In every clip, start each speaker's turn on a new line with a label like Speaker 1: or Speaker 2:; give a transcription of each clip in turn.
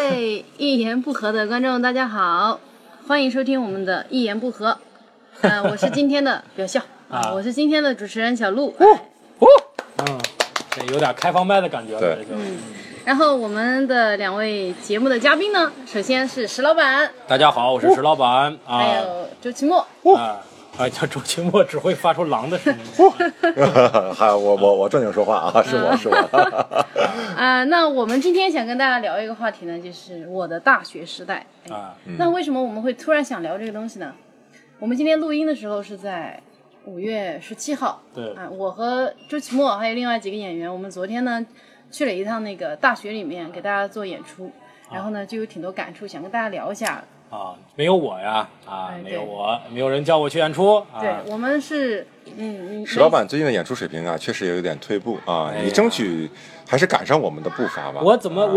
Speaker 1: 位一言不合的观众，大家好，欢迎收听我们的《一言不合》。呃，我是今天的不要笑啊，我是今天的主持人小鹿。
Speaker 2: 嗯，这有点开放麦的感觉了。
Speaker 3: 对
Speaker 2: 这就
Speaker 1: 嗯然后我们的两位节目的嘉宾呢，首先是石老板，
Speaker 2: 大家好，我是石老板
Speaker 1: 还
Speaker 2: 啊
Speaker 1: 有周奇墨。
Speaker 2: 啊啊！叫周奇墨只会发出狼的声音。
Speaker 1: 哦
Speaker 3: 嗨，我我我正经说话啊，是我是我。
Speaker 1: 啊、那我们今天想跟大家聊一个话题呢，就是我的大学时代。哎
Speaker 2: 啊
Speaker 1: 那为什么我们会突然想聊这个东西呢？我们今天录音的时候是在五月十七号，
Speaker 2: 对
Speaker 1: 啊，我和周奇墨还有另外几个演员，我们昨天呢去了一趟那个大学里面给大家做演出，然后呢
Speaker 3: 啊
Speaker 1: 就有挺多感触，想跟大家聊一下。
Speaker 2: 啊，没有我呀啊
Speaker 1: 哎，
Speaker 2: 没有
Speaker 1: 对
Speaker 2: 我，没有人叫我去演出啊。
Speaker 1: 对我们是，嗯，嗯
Speaker 3: 石老，板最近的演出水平啊，确实也有点退步啊，
Speaker 2: 哎呀
Speaker 3: 你争取还是赶上我们的步伐吧。
Speaker 2: 我怎么
Speaker 1: 嗯
Speaker 3: 啊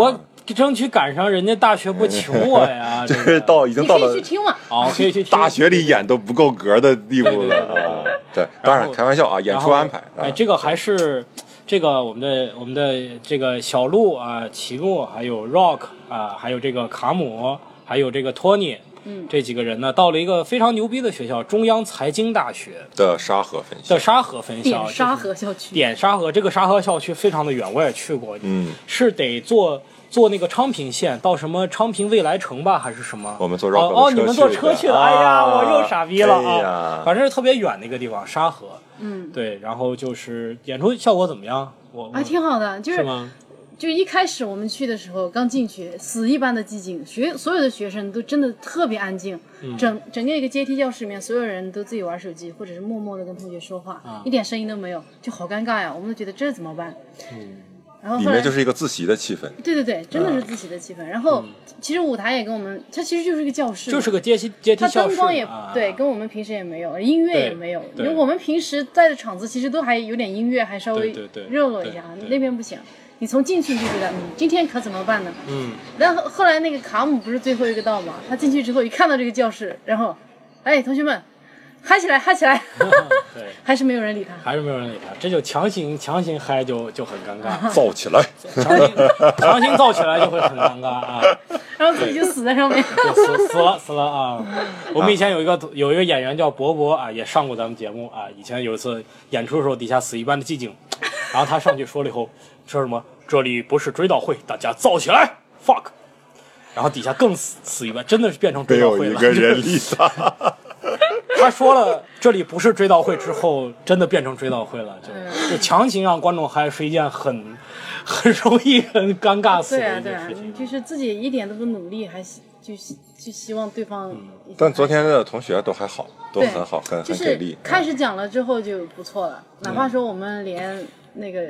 Speaker 2: 我争取赶上人家大学不求我呀？
Speaker 3: 就
Speaker 2: 这
Speaker 3: 是
Speaker 2: 个
Speaker 3: 到已经
Speaker 1: 你
Speaker 3: 到
Speaker 1: 可以
Speaker 3: 了
Speaker 1: 去听嘛。
Speaker 2: 啊，我可以去听
Speaker 3: 大。学里演都不够格的地步了
Speaker 2: 对对对
Speaker 3: 啊。对，当然开玩笑啊，演
Speaker 2: 然
Speaker 3: 出
Speaker 2: 后
Speaker 3: 安排啊
Speaker 2: 哎，，这个还是这个我们的我们的这个小鹿啊、奇诺，还有 Rock 啊，还有这个卡姆，还有这个托尼，嗯，这几个人呢，到了一个非常牛逼的学校——中央财经大学
Speaker 3: 的沙河分析
Speaker 2: 的沙河分校。
Speaker 1: 点沙河校区，
Speaker 2: 点沙河这个沙河校区非常的远，我也去过，
Speaker 3: 嗯，
Speaker 2: 是得坐坐那个昌平线到什么昌平未来城吧，还是什么？
Speaker 3: 我们坐 Rock
Speaker 2: 哦
Speaker 3: 的
Speaker 2: 哦，
Speaker 3: 车
Speaker 2: 你们坐
Speaker 3: 去
Speaker 2: 车
Speaker 3: 的
Speaker 2: 去了，哎呀，
Speaker 3: 啊
Speaker 2: 我又傻逼了
Speaker 3: 哎
Speaker 2: 啊
Speaker 3: 呀！
Speaker 2: 反正是特别远的一个地方，沙河。
Speaker 1: 嗯，
Speaker 2: 对，然后就是演出效果怎么样？我
Speaker 1: 啊，挺好的，就是
Speaker 2: 是吗？
Speaker 1: 就一开始我们去的时候，刚进去，死一般的寂静，学所有的学生都真的特别安静，
Speaker 3: 嗯
Speaker 1: 整整个一个阶梯教室里面，所有人都自己玩手机，或者是默默的跟同学说话，
Speaker 3: 啊
Speaker 1: 一点声音都没有，就好尴尬呀！我们都觉得这怎么办？然后
Speaker 3: 嗯里
Speaker 1: 后来
Speaker 3: 面就是一个自习的 气氛。
Speaker 1: 对对对，真的
Speaker 2: 啊
Speaker 1: 是自习的气氛。然后、其实舞台也跟我们，它其实就是一个教室嘛，
Speaker 2: 嗯就是个阶梯阶梯
Speaker 1: 它
Speaker 2: 教
Speaker 1: 灯
Speaker 2: 室
Speaker 1: 光也、
Speaker 2: 啊，
Speaker 1: 对，跟我们平时也没有，音乐也
Speaker 2: 对
Speaker 1: 没有。因
Speaker 2: 对
Speaker 1: 为我们平时在的场子其实都还有点音乐，还稍微
Speaker 2: 对对对
Speaker 1: 热络一下。
Speaker 2: 对对
Speaker 1: 那边不行，你从进去就觉得， 嗯，今天可怎么办呢？
Speaker 2: 嗯，
Speaker 1: 然后后来那个卡姆不是最后一个到嘛，他进去之后一看到这个教室，然后，哎，同学们，嗨起来，嗨起来，
Speaker 2: 对，
Speaker 1: 还是没有人理他。
Speaker 2: 还是没有人理他，这就强行强行嗨就就很尴尬，
Speaker 3: 造起 来，
Speaker 2: 强行强行造起来就会很尴尬啊，
Speaker 1: 然后自己就死在上面。
Speaker 2: 就 死死了死了啊！我们以前有一个有一个演员叫博博啊，也上过咱们节目啊，以前有一次演出的时候底下死一般的寂静，然后他上去说了以后说什么这里不是追悼会，大家造起来，fuck。然后底下更死死一般，真的是变成
Speaker 3: 没
Speaker 2: 追悼
Speaker 3: 有
Speaker 2: 会
Speaker 3: 一
Speaker 2: 了。
Speaker 3: 个人理他。
Speaker 2: 他说了这里不是追悼会之后，真的变成追悼会了，就就强行让观众嗨是一件很很容易很尴尬死
Speaker 1: 对
Speaker 2: 的
Speaker 1: 啊
Speaker 2: 一，
Speaker 1: 对
Speaker 2: 件
Speaker 1: 啊
Speaker 2: 事情，。
Speaker 1: 就是自己一点都不努力，还希就希就希望对方。
Speaker 2: 嗯
Speaker 3: 但昨天的同学都还好，都
Speaker 1: 对，
Speaker 3: 很好，很
Speaker 1: 就
Speaker 3: 很
Speaker 1: 是
Speaker 3: 给力。嗯
Speaker 1: 开始讲了之后就不错了，
Speaker 2: 嗯
Speaker 1: 哪怕说我们连那个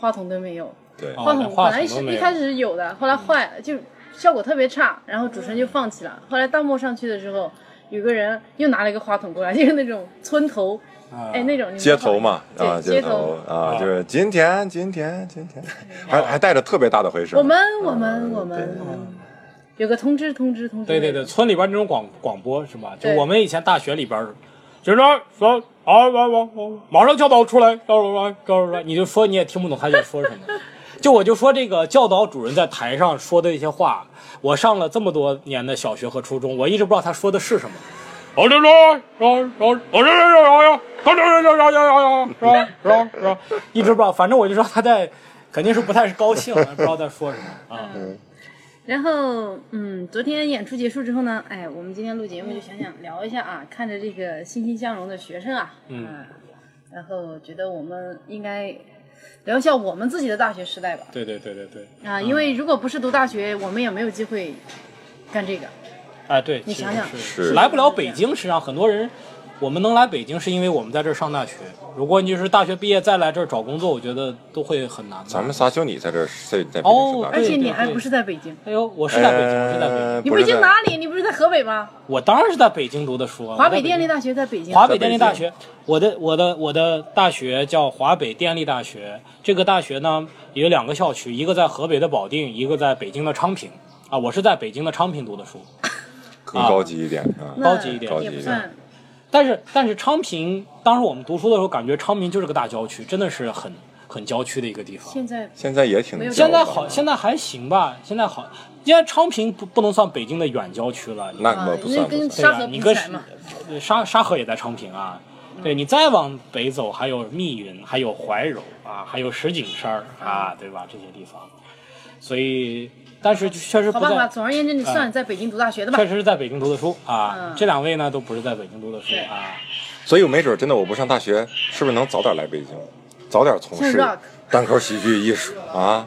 Speaker 1: 话筒都没有，
Speaker 3: 对，
Speaker 1: 筒
Speaker 2: 哦连
Speaker 1: 本
Speaker 2: 话
Speaker 1: 来
Speaker 2: 筒
Speaker 1: 是
Speaker 2: 都没
Speaker 1: 一
Speaker 2: 有嗯
Speaker 1: 开始是有的，后来坏了，就效果特别差，然后主持人就放弃了。后来弹幕上去的时候，有个人又拿了一个话筒过来，就是那种村头，哎，那种你们
Speaker 3: 街头嘛，
Speaker 1: 对
Speaker 3: 啊，
Speaker 1: 街
Speaker 3: 头啊，
Speaker 2: 啊
Speaker 3: 就是今天，今天，今天，还还带着特别大的回声。
Speaker 1: 我们我们我们
Speaker 3: 对
Speaker 1: 我们有个通知通知通知，
Speaker 2: 嗯对对对，，村里边那种广广播是吧？就
Speaker 1: 对
Speaker 2: 我们以前大学里边儿，就是说说啊哇哇哇，马上教导出来，教导出来，教导出来，你就说你也听不懂他在说什么。就我就说这个教导主任在台上说的一些话，我上了这么多年的小学和初中，我一直不知道他说的是什么。我就说，我我我这这一直不知道，反正我就知道他在，肯定是不太是高兴，不知道在说什么啊。
Speaker 1: 然后，嗯，昨天演出结束之后呢，哎，我们今天录节目就想想聊一下啊，看着这个欣欣向荣的学生啊，嗯、然后觉得我们应该聊一下我们自己的大学时代吧，
Speaker 2: 对对对对对，
Speaker 1: 啊，因为如果不是读大学，我们也没有机会干这个。
Speaker 2: 哎，对，
Speaker 1: 你
Speaker 2: 其实
Speaker 1: 想想
Speaker 2: 是
Speaker 3: 是
Speaker 2: 来不了北京，实际上很多人，我们能来北京是因为我们在这儿上大学。如果你就是大学毕业再来这儿找工作，我觉得都会很难的。
Speaker 3: 咱们仨就你在这儿，在在北京上
Speaker 2: 哦
Speaker 3: 大
Speaker 1: 而
Speaker 3: 学
Speaker 2: 对
Speaker 1: 且你
Speaker 2: 对
Speaker 1: 还
Speaker 2: 对
Speaker 1: 不是在北京，
Speaker 2: 哎呦，我是在北京，我是在北京，
Speaker 3: 呃
Speaker 1: 你
Speaker 3: 不
Speaker 1: 北
Speaker 3: 是
Speaker 1: 京
Speaker 3: 在
Speaker 1: 哪里？你不是在河北吗？
Speaker 2: 我当然是在北京读的书啊。
Speaker 1: 华
Speaker 2: 我在
Speaker 1: 北电力
Speaker 2: 京
Speaker 1: 大学在北京。
Speaker 2: 华
Speaker 3: 在
Speaker 2: 北
Speaker 3: 北
Speaker 2: 电力大
Speaker 3: 京
Speaker 2: 学，我的我的我的大学叫华北电力大学。这个大学呢有两个校区，一个在河北的保定，一个在北京的昌平。啊，我是在北京的昌平读的书，
Speaker 3: 更高级一点啊。
Speaker 1: 那
Speaker 2: 高级一点
Speaker 3: 高级
Speaker 1: 也
Speaker 3: 一
Speaker 1: 不
Speaker 3: 点
Speaker 1: 算。
Speaker 2: 但是但是昌平，当时我们读书的时候，感觉昌平就是个大郊区，真的是很很郊区的一个地方。
Speaker 1: 现在
Speaker 3: 现在也挺
Speaker 1: 没有
Speaker 2: 现在
Speaker 3: 郊的
Speaker 2: 好，现在还行吧，现在好，现在昌平不不能算北京的远郊区了。你
Speaker 3: 那
Speaker 1: 啊
Speaker 3: 可，不
Speaker 1: 那
Speaker 3: 算不
Speaker 1: 跟
Speaker 2: 对
Speaker 3: 算，
Speaker 1: 沙
Speaker 2: 啊，
Speaker 1: 河
Speaker 2: 你
Speaker 1: 比
Speaker 2: 跟
Speaker 1: 起来嘛，嗯
Speaker 2: 对沙沙河也在昌平啊。对你再往北走，还有密云，还有怀柔啊，还有石景山儿啊，对吧？这些地方，所以但是确实
Speaker 1: 好
Speaker 2: 不
Speaker 1: 吧，好吧，
Speaker 2: 在，
Speaker 1: 总而言之，你算在北京读大学的吧
Speaker 2: 确？实是在北京读的书啊
Speaker 1: 嗯。
Speaker 2: 这两位呢都不是在北京读的书
Speaker 1: 对
Speaker 2: 啊。
Speaker 3: 所以我没准真的我不上大学，是不是能早点来北京，早点从
Speaker 1: 像
Speaker 3: 事
Speaker 1: rock
Speaker 3: 单口喜剧艺术啊？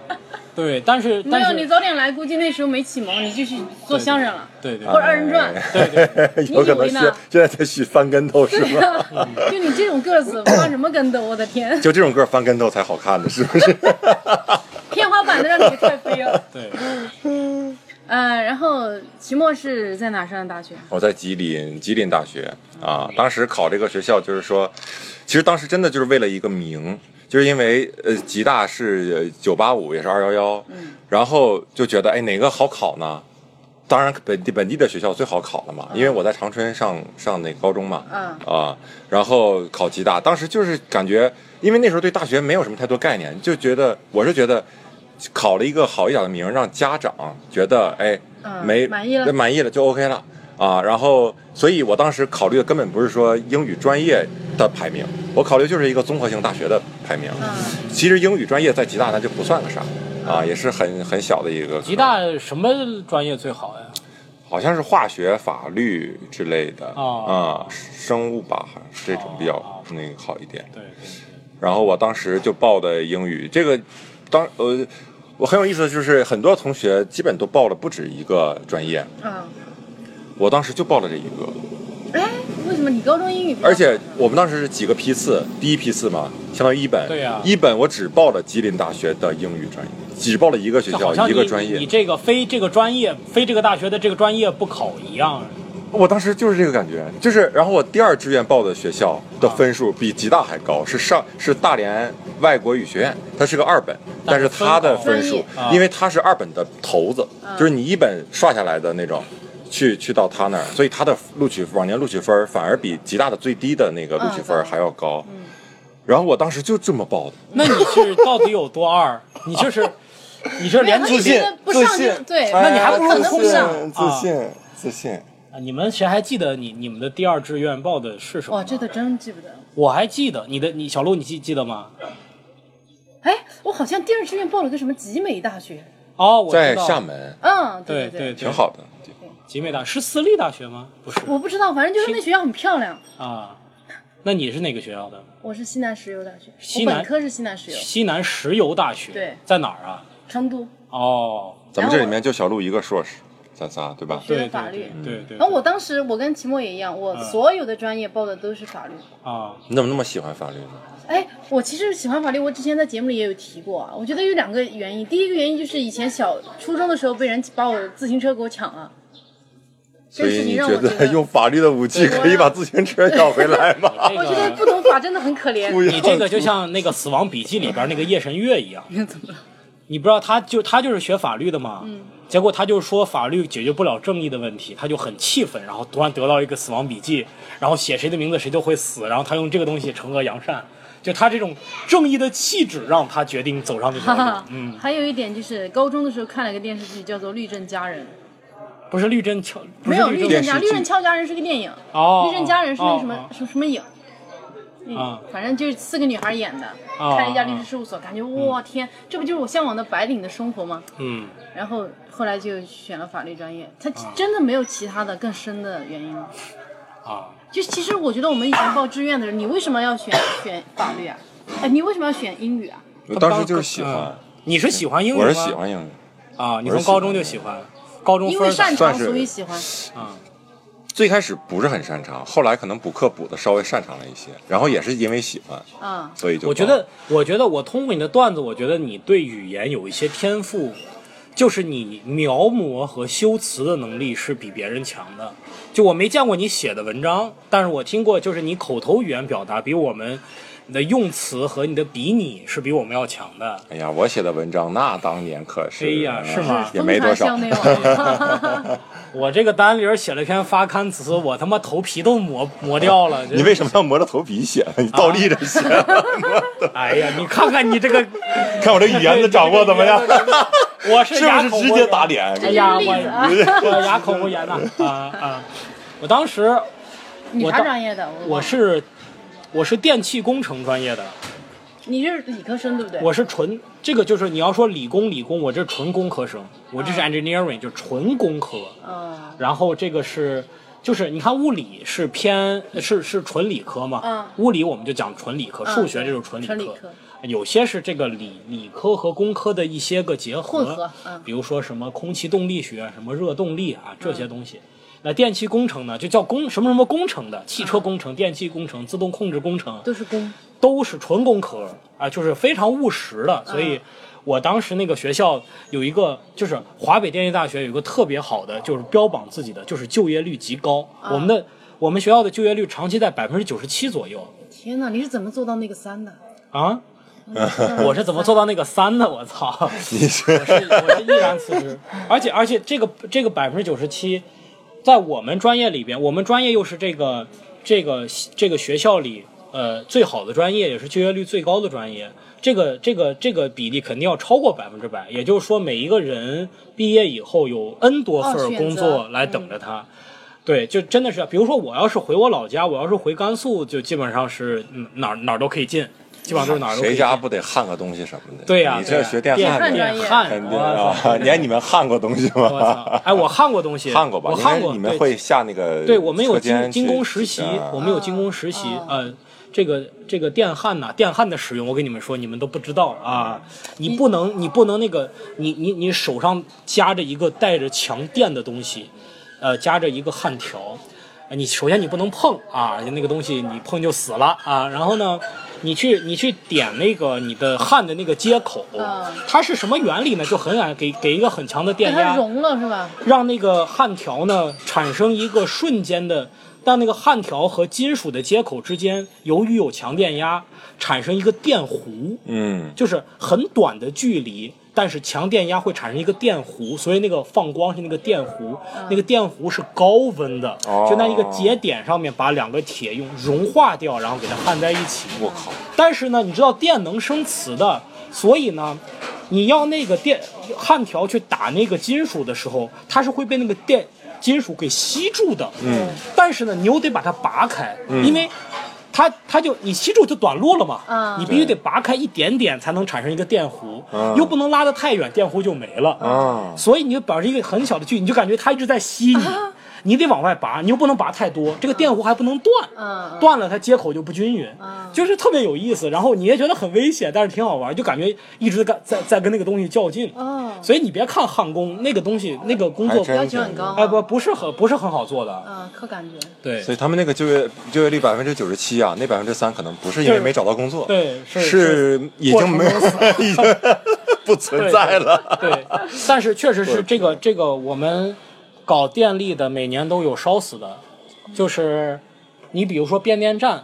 Speaker 2: 对，但是
Speaker 1: 没
Speaker 2: 但
Speaker 1: 有，
Speaker 2: 是
Speaker 1: 你早点来，估计那时候没启蒙，你就去做相声了，
Speaker 2: 对对
Speaker 1: 或者二人转。
Speaker 2: 对对对，
Speaker 3: 有可能
Speaker 1: 你以为
Speaker 3: 现
Speaker 1: 呢
Speaker 3: 现在在续翻跟头是吧？
Speaker 1: 就你这种个子，翻什么跟 斗？我的天，
Speaker 3: 就这种歌翻跟头才好看呢，是不是？
Speaker 1: 天花板都让你给踹飞了。
Speaker 2: 对
Speaker 1: 呃，然后期末是在哪上的大学？
Speaker 3: 我在吉林吉林大学啊，当时考这个学校就是说，其实当时真的就是为了一个名，就是因为呃吉大是九八五也是二幺幺，然后就觉得哎哪个好考呢？当然本地本地的学校最好考了嘛，因为我在长春上上那个高中嘛，
Speaker 1: 嗯
Speaker 3: 啊，然后考吉大，当时就是感觉，因为那时候对大学没有什么太多概念，就觉得我是觉得考了一个好一点的名，让家长觉得哎
Speaker 1: 嗯
Speaker 3: 没
Speaker 1: 满意了
Speaker 3: 对满意了就 OK 了啊。然后，所以我当时考虑的根本不是说英语专业的排名，我考虑就是一个综合性大学的排名。
Speaker 1: 嗯
Speaker 3: 其实英语专业在吉大那就不算个啥啊，也是很很小的一个。
Speaker 2: 吉大什么专业最好呀？
Speaker 3: 好像是化学、法律之类的啊、
Speaker 2: 哦
Speaker 3: 生物吧，好像是这种比
Speaker 2: 哦
Speaker 3: 较那个好一点。
Speaker 2: 对对
Speaker 3: 然后我当时就报的英语，这个当呃，我很有意思的就是很多同学基本都报了不止一个专业，
Speaker 1: 啊，
Speaker 3: 我当时就报了这一个，
Speaker 1: 哎，为什么你高中英语比较好？
Speaker 3: 而且我们当时是几个批次，第一批次嘛，相当于一本，
Speaker 2: 对呀
Speaker 3: 一本我只报了吉林大学的英语专业，只报了一个学
Speaker 2: 就好
Speaker 3: 校
Speaker 2: 像
Speaker 3: 一
Speaker 2: 你
Speaker 3: 个专
Speaker 2: 你
Speaker 3: 业，
Speaker 2: 这个非这个专业，非这个大学的这个专业不考一样。
Speaker 3: 我当时就是这个感觉，就是然后我第二志愿报的学校的分数比吉大还高，是上是大连外国语学院，它是个二本，
Speaker 2: 但
Speaker 3: 但
Speaker 2: 是
Speaker 3: 是它的分
Speaker 1: 分啊嗯
Speaker 3: 数
Speaker 1: 高
Speaker 2: 专业，
Speaker 3: 因为它是二本的头子，就是你一本刷下来的那种。去去到他那儿，所以他的录取往年录取分儿反而比吉大的最低的那个录取分儿
Speaker 1: 嗯
Speaker 3: 还要高，然后我当时就这么报的，
Speaker 2: 那你是到底有多二？ 你就是，你这连
Speaker 1: 没有他就
Speaker 2: 自信
Speaker 1: 觉。得不上就对，
Speaker 2: 那你还不如
Speaker 1: 可能不
Speaker 2: 自信
Speaker 1: 上。
Speaker 2: 自信
Speaker 3: 哎自信。
Speaker 2: 啊你们谁还记得你你们的第二志愿报的是什么吗？
Speaker 1: 哇，这个真记不得。
Speaker 2: 我还记得你的你小鹿你记记得吗？
Speaker 1: 哎，我好像第二志愿报了个什么集美大学。
Speaker 2: 哦，我
Speaker 3: 在
Speaker 2: 知道
Speaker 3: 厦，门
Speaker 1: 嗯，
Speaker 2: 对
Speaker 1: 对
Speaker 2: 对，
Speaker 3: 挺好的，
Speaker 2: 集美大是私立大学吗？不是
Speaker 1: 我不知道，反正就是那学校很漂亮。
Speaker 2: 啊，那你是哪个学校的？
Speaker 1: 我是西南石油大学，
Speaker 2: 西
Speaker 1: 我
Speaker 2: 南
Speaker 1: 本科是西南石油，
Speaker 2: 西南石油大学。
Speaker 1: 对
Speaker 2: 在哪儿啊？
Speaker 1: 成都
Speaker 2: 哦，
Speaker 3: 咱们这里面就小鹿一个硕士，咱仨对吧？
Speaker 1: 学
Speaker 2: 对
Speaker 1: 的
Speaker 2: 对
Speaker 1: 法
Speaker 2: 对
Speaker 1: 律。
Speaker 2: 对对。嗯
Speaker 1: 然后我当时我跟秦墨也一样，我所有的专业报的都是法律。
Speaker 2: 啊，
Speaker 3: 你怎么那么喜欢法律呢？
Speaker 1: 哎，我其实喜欢法律，我之前在节目里也有提过啊。我觉得有两个原因，第一个原因就是以前小初中的时候被人把我的自行车给我抢啊了，这
Speaker 3: 所
Speaker 1: 个
Speaker 3: 以
Speaker 1: 事
Speaker 3: 你
Speaker 1: 情让
Speaker 3: 觉
Speaker 1: 我
Speaker 3: 得用法律的武器可以把自行车要回来吗？
Speaker 1: 我觉得不懂法真的很可怜。
Speaker 3: 不要
Speaker 2: 你这个就像那个《死亡笔记》里边那个夜神月一样，
Speaker 1: 怎么了？嗯
Speaker 2: 你不知道他就他就是学法律的嘛，结果他就说法律解决不了正义的问题，他就很气愤，然后突然得到一个《死亡笔记》，然后写谁的名字谁就会死，然后他用这个东西惩恶扬善，就他这种正义的气质让他决定走上这条
Speaker 1: 哈
Speaker 2: 路
Speaker 1: 哈。
Speaker 2: 嗯，，
Speaker 1: 还有一点就是高中的时候看了一个电视剧，叫做《律政佳人》，
Speaker 2: 不是律政敲，不
Speaker 1: 没
Speaker 2: 是
Speaker 1: 有《
Speaker 2: 律
Speaker 1: 律
Speaker 2: 政
Speaker 1: 政佳
Speaker 3: 电视剧
Speaker 1: 律政敲佳人》是个电影，
Speaker 2: 哦
Speaker 1: 律政佳人》是那
Speaker 2: 哦
Speaker 1: 什么、
Speaker 2: 哦
Speaker 1: 什么什么影。
Speaker 2: 啊
Speaker 1: 嗯，反正就是四个女孩演的，
Speaker 2: 哦
Speaker 1: 开了一家律师事务所，感觉哇天，这不就是我向往的白领的生活吗？
Speaker 2: 嗯，
Speaker 1: 然后后来就选了法律专业，他真的没有其他的更深的原因了。
Speaker 2: 啊，
Speaker 1: 就其实我觉得我们以前报志愿的人，你为什么要选选法律啊？哎，你为什么要选英语啊？
Speaker 3: 我当时就是喜欢
Speaker 2: 嗯，你是喜欢英语吗？
Speaker 3: 我是喜欢英语，
Speaker 2: 啊，你
Speaker 3: 我
Speaker 2: 从
Speaker 3: 是
Speaker 2: 高中就喜欢，高中
Speaker 1: 因
Speaker 2: 分
Speaker 1: 为
Speaker 2: 儿
Speaker 1: 擅
Speaker 2: 咋
Speaker 1: 长，
Speaker 3: 算是
Speaker 1: 所以喜欢。
Speaker 2: 啊
Speaker 3: 最开始不是很擅长，后来可能补课补的稍微擅长了一些，然后也是因为喜欢，
Speaker 1: 啊、
Speaker 3: 所以就
Speaker 2: 我觉得，我觉得我通过你的段子，我觉得你对语言有一些天赋，就是你描摹和修辞的能力是比别人强的。就我没见过你写的文章，但是我听过，就是你口头语言表达比我们你的用词和你的比拟是比我们要强的。
Speaker 3: 哎呀，我写的文章那当年可是，
Speaker 2: 哎呀是吗
Speaker 3: 也没多
Speaker 1: 风
Speaker 3: 少
Speaker 1: 传向内网。
Speaker 2: 我这个单里边写了篇发刊词，我他妈头皮都磨磨掉了。这
Speaker 3: 你为什么要磨着头皮写呢？你倒立着写，
Speaker 2: 哎呀，你看看你这个
Speaker 3: 看我这语言的掌握怎么样？
Speaker 2: 我是
Speaker 3: 是不
Speaker 2: 哑
Speaker 3: 是
Speaker 2: 口
Speaker 3: 直
Speaker 2: 无
Speaker 3: 接
Speaker 2: 言
Speaker 3: 打脸？
Speaker 2: 哎呀，
Speaker 1: 这是例子啊
Speaker 2: 我我哑口无言呐 啊啊！我当时
Speaker 1: 你
Speaker 2: 我
Speaker 1: 啥
Speaker 2: 当
Speaker 1: 专业的？我
Speaker 2: 我是我是电气工程专业的，
Speaker 1: 你是理科生对不对？
Speaker 2: 我是纯这个就是你要说理工理工，我这纯工科生，我这是 engineering 就纯工科。
Speaker 1: 嗯
Speaker 2: 然后这个是就是你看物理是偏是是纯理科嘛，
Speaker 1: 嗯
Speaker 2: 物理我们就讲纯理科，
Speaker 1: 嗯
Speaker 2: 数学就是纯理科。
Speaker 1: 纯理科
Speaker 2: 有些是这个理理科和工科的一些个结合，
Speaker 1: 混合嗯
Speaker 2: 比如说什么空气动力学、什么热动力啊这些东西。
Speaker 1: 嗯
Speaker 2: 那电气工程呢，就叫工什么什么工程的，汽车工程、电气工程、自动控制工程，
Speaker 1: 都是工，
Speaker 2: 都是纯工科啊，就是非常务实的。所以，我当时那个学校有一个，就是华北电力大学有一个特别好的，就是标榜自己的，就是就业率极高。我们的我们学校的就业率长期在百分之九十七左右
Speaker 1: 天哪，你是怎么做到那个三的？
Speaker 2: 啊。我是怎么做到那个三的？我操！
Speaker 3: 你是
Speaker 2: 我是我是毅然辞职，而且而且这个这个百分之九十七，在我们专业里边，我们专业又是这个这个这个学校里呃最好的专业，也是就业率最高的专业。这个这个这个比例肯定要超过百分之百，也就是说，每一个人毕业以后有 N 多份
Speaker 1: 哦
Speaker 2: 儿
Speaker 1: 选
Speaker 2: 工
Speaker 1: 择
Speaker 2: 作来等着他。对，就真的是，比如说我要是回我老家，我要是回甘肃，就基本上是嗯哪儿哪儿都可以进，基本上都是哪儿都可以
Speaker 3: 谁
Speaker 2: 进。
Speaker 3: 家不得焊个东西什么的？
Speaker 2: 对呀、
Speaker 3: 你这学电
Speaker 1: 焊
Speaker 3: 焊的，
Speaker 1: 专
Speaker 2: 电
Speaker 1: 业
Speaker 2: 焊
Speaker 3: 肯
Speaker 2: 我
Speaker 3: 定
Speaker 2: 操
Speaker 3: 啊！你看你们焊过东西
Speaker 2: 我操
Speaker 3: 吗！？
Speaker 2: 哎，我焊过东西，
Speaker 3: 焊过吧？
Speaker 2: 我
Speaker 3: 应该
Speaker 2: 焊过。
Speaker 3: 你们
Speaker 2: 对
Speaker 3: 会下那个
Speaker 2: 对，我们有
Speaker 3: 车间
Speaker 2: 精精工
Speaker 3: 去
Speaker 2: 实习
Speaker 3: 啊，
Speaker 2: 我们有精工实习。
Speaker 1: 啊
Speaker 2: 呃，这个这个电焊呐、电焊的使用，我跟你们说，你们都不知道啊。你不能，你不能那个，你你你手上夹着一个带着强电的东西，呃，夹着一个焊条，呃你首先你不能碰啊，那个东西你碰就死了啊。然后呢？你去你去点那个你的焊的那个接口，
Speaker 1: 嗯
Speaker 2: 它是什么原理呢？就很矮，给给一个很强的电
Speaker 1: 但
Speaker 2: 压
Speaker 1: 它，融了是吧？
Speaker 2: 让那个焊条呢产生一个瞬间的，让那个焊条和金属的接口之间，由于有强电压，产生一个电弧，
Speaker 3: 嗯，
Speaker 2: 就是很短的距离，但是强电压会产生一个电弧，所以那个放光是那个电弧，那个电弧是高温的，
Speaker 3: 哦
Speaker 2: 就在一个节点上面把两个铁用融化掉，然后给它焊在一起。
Speaker 3: 我靠，
Speaker 2: 但是呢，你知道电能生磁的，所以呢，你要那个电焊条去打那个金属的时候，它是会被那个电金属给吸住的。嗯，但是呢，你又得把它拔开，因为。它它就你吸住就短路了嘛，
Speaker 1: 嗯
Speaker 2: 你必须得拔开一点点才能产生一个电弧，
Speaker 3: 嗯
Speaker 2: 又不能拉得太远，电弧就没了。
Speaker 3: 啊
Speaker 2: 所以你就保持一个很小的距离，你就感觉它一直在吸你，你得往外拔，你又不能拔太多，这个电弧还不能断，
Speaker 1: 嗯嗯
Speaker 2: 断了它接口就不均匀，就是特别有意思。然后你也觉得很危险，但是挺好玩，就感觉一直在在在跟那个东西较劲。
Speaker 1: 哦
Speaker 2: 所以你别看焊工那个东西，那个工作
Speaker 3: 还真
Speaker 1: 要求很高，
Speaker 2: 哎不，不是很不是很好做的，
Speaker 1: 嗯，靠感觉。
Speaker 2: 对
Speaker 3: 所以他们那个就业就业率百分之九十七啊，那百分之三可能不是因为没找到工作，
Speaker 2: 对是
Speaker 3: 是已经没有， 已经不存在了。
Speaker 2: 对，但是确实是这个这个我们搞电力的每年都有烧死的，就是你比如说变电站，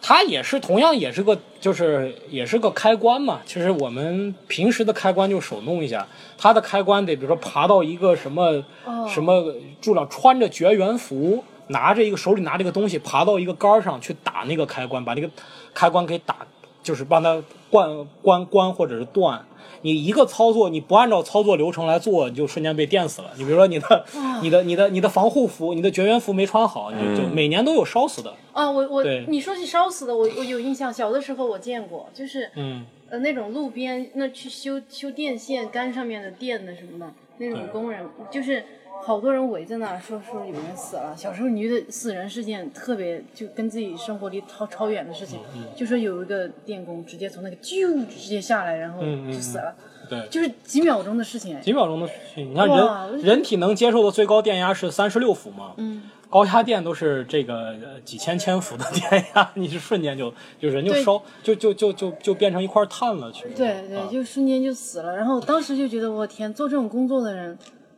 Speaker 2: 它也是同样也是个就是也是个开关嘛。其实我们平时的开关就手弄一下，它的开关得比如说爬到一个什么、什么柱上，穿着绝缘服。拿着一个手里拿着一个东西，爬到一个杆儿上去打那个开关，把那个开关给打就是帮它关关关或者是断。你一个操作，你不按照操作流程来做，你就瞬间被电死了。你比如说你的、你的、你的、你的防护服、你的绝缘服没穿好，你就就每年都有烧死的。
Speaker 1: 啊，我我
Speaker 2: 对
Speaker 1: 你说起烧死的，我我有印象，小的时候我见过，就是
Speaker 2: 嗯，
Speaker 1: 呃那种路边那去修修电线杆上面的电的什么的，那种工人就是好多人围在那儿说说有人死了。小时候你觉得死人事件特别就跟自己生活离超超远的事情，
Speaker 2: 嗯
Speaker 1: 就说有一个电工直接从那个啾直接下来，然后
Speaker 2: 嗯嗯
Speaker 1: 就死了，
Speaker 2: 对，
Speaker 1: 就是几秒钟的事情哎。
Speaker 2: 几秒钟的事情。你看
Speaker 1: 哇
Speaker 2: 人人体能接受的最高电压是三十六伏嘛，嗯，高压电都是这个呃几千千伏的电压， 你是瞬间就就人就
Speaker 1: 对
Speaker 2: 烧就就就就就变成一块炭了去。
Speaker 1: 对
Speaker 2: 啊
Speaker 1: 对，就瞬间就死了。然后当时就觉得，我天，做这种工作的人，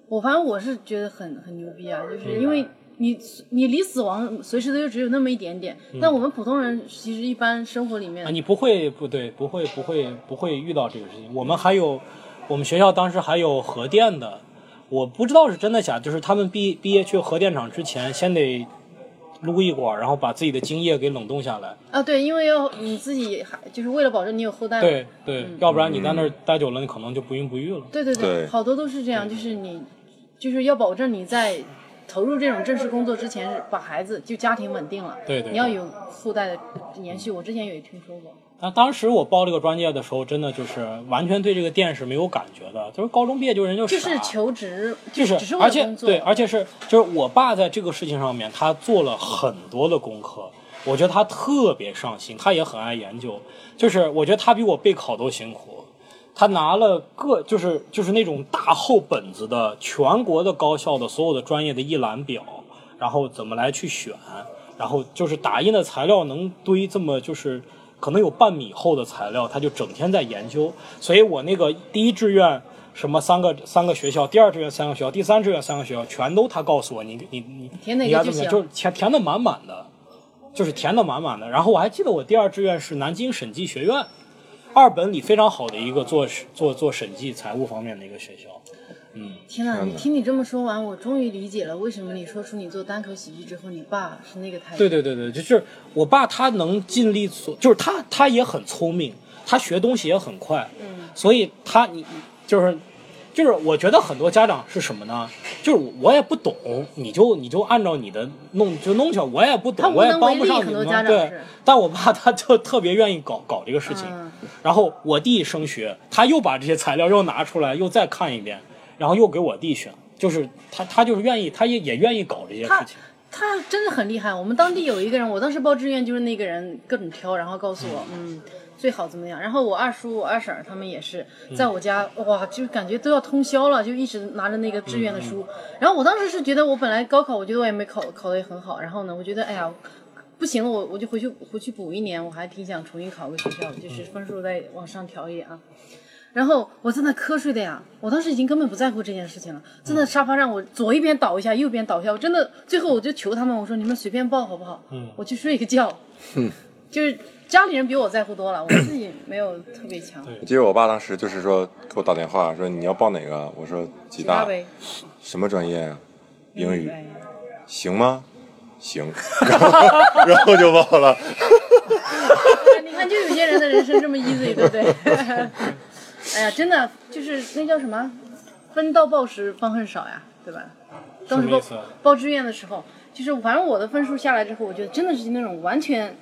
Speaker 1: 我反正我是觉得很很牛逼啊，就是因为你你离死亡随时都就只有那么一点点。但我们普通人其实一般生活里面
Speaker 2: 嗯啊，，你不会不对，不会不会不会遇到这个事情。我们还有，我们学校当时还有核电的，我不知道是真的假，就是他们毕毕业去核电厂之前，先得撸一管，然后把自己的精液给冷冻下来。
Speaker 1: 啊，对，因为要你自己还就是为了保证你有后代嘛。
Speaker 2: 对对，
Speaker 1: 嗯
Speaker 2: 要不然你在那儿待久了，你可能就不孕不育了。
Speaker 1: 对对
Speaker 3: 对
Speaker 1: 好多都是这样，就是你就是要保证你在投入这种正式工作之前，把孩子就家庭稳定了。
Speaker 2: 对对对
Speaker 1: 你要有后代的延续。我之前也听说过，
Speaker 2: 那当时我报这个专业的时候，真的就是完全对这个电是没有感觉的，就是高中毕业就人就
Speaker 1: 就
Speaker 2: 傻，
Speaker 1: 是求职，
Speaker 2: 就
Speaker 1: 只
Speaker 2: 是
Speaker 1: 是为
Speaker 2: 而
Speaker 1: 了
Speaker 2: 且
Speaker 1: 工作。
Speaker 2: 对，而且是就是我爸在这个事情上面他做了很多的功课，我觉得他特别上心，他也很爱研究，就是我觉得他比我备考都辛苦。他拿了各就是就是那种大厚本子的全国的高校的所有的专业的一览表，然后怎么来去选，然后就是打印的材料能堆这么就是可能有半米厚的材料，他就整天在研究。所以我那个第一志愿什么三个三个学校，第二志愿三个学校，第三志愿三个学校，全都他告诉我，你你你
Speaker 1: 填哪个
Speaker 2: 你要
Speaker 1: 就
Speaker 2: 怎
Speaker 1: 行
Speaker 2: 么样，就是填填的满满的，就是填的满满的。然后我还记得我第二志愿是南京审计学院。二本里非常好的一个做做做审计财务方面的一个学校，
Speaker 1: 天呐，你听你这么说完，我终于理解了为什么你说出你做单口喜剧之后，你爸是那个态度。
Speaker 2: 对对对对，就是我爸他能尽力做，就是他他也很聪明，他学东西也很快，嗯，所以他你就是就是我觉得很多家长是什么呢？就是我也不懂，你就你就按照你的弄就弄去，我也不
Speaker 1: 他
Speaker 2: 懂，
Speaker 1: 无
Speaker 2: 我也
Speaker 1: 能
Speaker 2: 帮
Speaker 1: 为
Speaker 2: 不
Speaker 1: 力
Speaker 2: 上
Speaker 1: 很
Speaker 2: 你
Speaker 1: 多
Speaker 2: 们，
Speaker 1: 家长
Speaker 2: 对
Speaker 1: 是。
Speaker 2: 但我爸他就特别愿意搞搞这个事情，
Speaker 1: 嗯
Speaker 2: 然后我弟升学，他又把这些材料又拿出来，又再看一遍，然后又给我弟选，就是他他就是愿意，他也也愿意搞这些事
Speaker 1: 他
Speaker 2: 情。
Speaker 1: 他真的很厉害。我们当地有一个人，我当时报志愿就是那个人各种挑，然后告诉我，嗯，最好怎么样。然后我二叔、我二婶儿他们也是在我家，哇，就感觉都要通宵了，就一直拿着那个志愿的书。然后我当时是觉得，我本来高考，我觉得我也没考考得也很好。然后呢，我觉得，哎呀。不行了，我我就回去回去补一年，我还挺想重新考个学校，就是分数再往上调一点啊。然后我在那瞌睡的呀，我当时已经根本不在乎这件事情了，真的沙发上我左一边倒一下，右边倒一下，我真的最后我就求他们，我说你们随便报好不好？嗯，我去睡个觉。就是家里人比我在乎多了，我自己没有特别强。
Speaker 3: 我记得我爸当时就是说给我打电话说你要报哪个，我说吉
Speaker 1: 大
Speaker 3: 大，
Speaker 1: 呗，
Speaker 3: 什么专业啊？英语，
Speaker 1: 哎
Speaker 3: 行吗？行， 然后然后就报 了。
Speaker 1: 你看，就有些人的人生这么 easy，对不 对？哎呀，真的就是那叫什么，分到报时方恨少呀，对吧？当时
Speaker 2: 什
Speaker 1: 报
Speaker 2: 么意思啊
Speaker 1: 报志愿的时候，就是反正我的分数下来之后，我觉得真的是那种完全。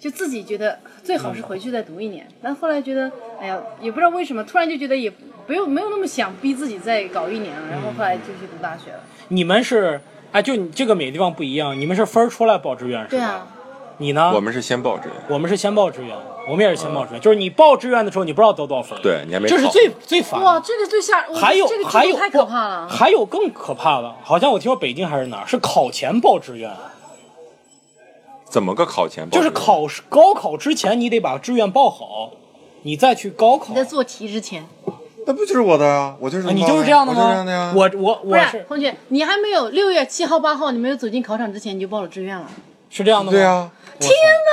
Speaker 1: 就自己觉得最好是回去再读一年，但后来觉得，哎呀，也不知道为什么，突然就觉得也没有没有那么想逼自己再搞一年了，然后后来就去读大学了。
Speaker 2: 你们是哎，就你这个每个地方不一样，你们是分儿出来报志愿是吧？
Speaker 1: 对啊，
Speaker 2: 你呢？
Speaker 3: 我们是先报志愿，
Speaker 2: 我们是先报志愿，我们也是先报志愿，就是你报志愿的时候，你不知道得多少分，
Speaker 3: 对你还没
Speaker 2: 这是
Speaker 3: 考
Speaker 2: 最最烦的。
Speaker 1: 哇，这个最吓，我觉得
Speaker 2: 还有
Speaker 1: 这个
Speaker 2: 还
Speaker 1: 制
Speaker 2: 有
Speaker 1: 度太可怕了啊
Speaker 2: 不。还有更可怕的，好像我听说北京还是哪儿是考前报志愿，
Speaker 3: 怎么个考前报
Speaker 2: 就
Speaker 3: 志
Speaker 2: 是
Speaker 3: 愿？
Speaker 2: 考试高考之前你得把志愿报好，你再去高考
Speaker 1: 你。在做题之前，
Speaker 3: 那不就是我的啊？我就是
Speaker 2: 啊你就是这样的
Speaker 3: 我就是这样的呀
Speaker 2: 吗？。我我
Speaker 1: 不
Speaker 2: 我
Speaker 1: 是
Speaker 2: 是
Speaker 1: 同学，你还没有六月七号、八号，你没有走进考场之前，你就报了志愿了。
Speaker 2: 是这样的吗？
Speaker 3: 对啊，
Speaker 2: 天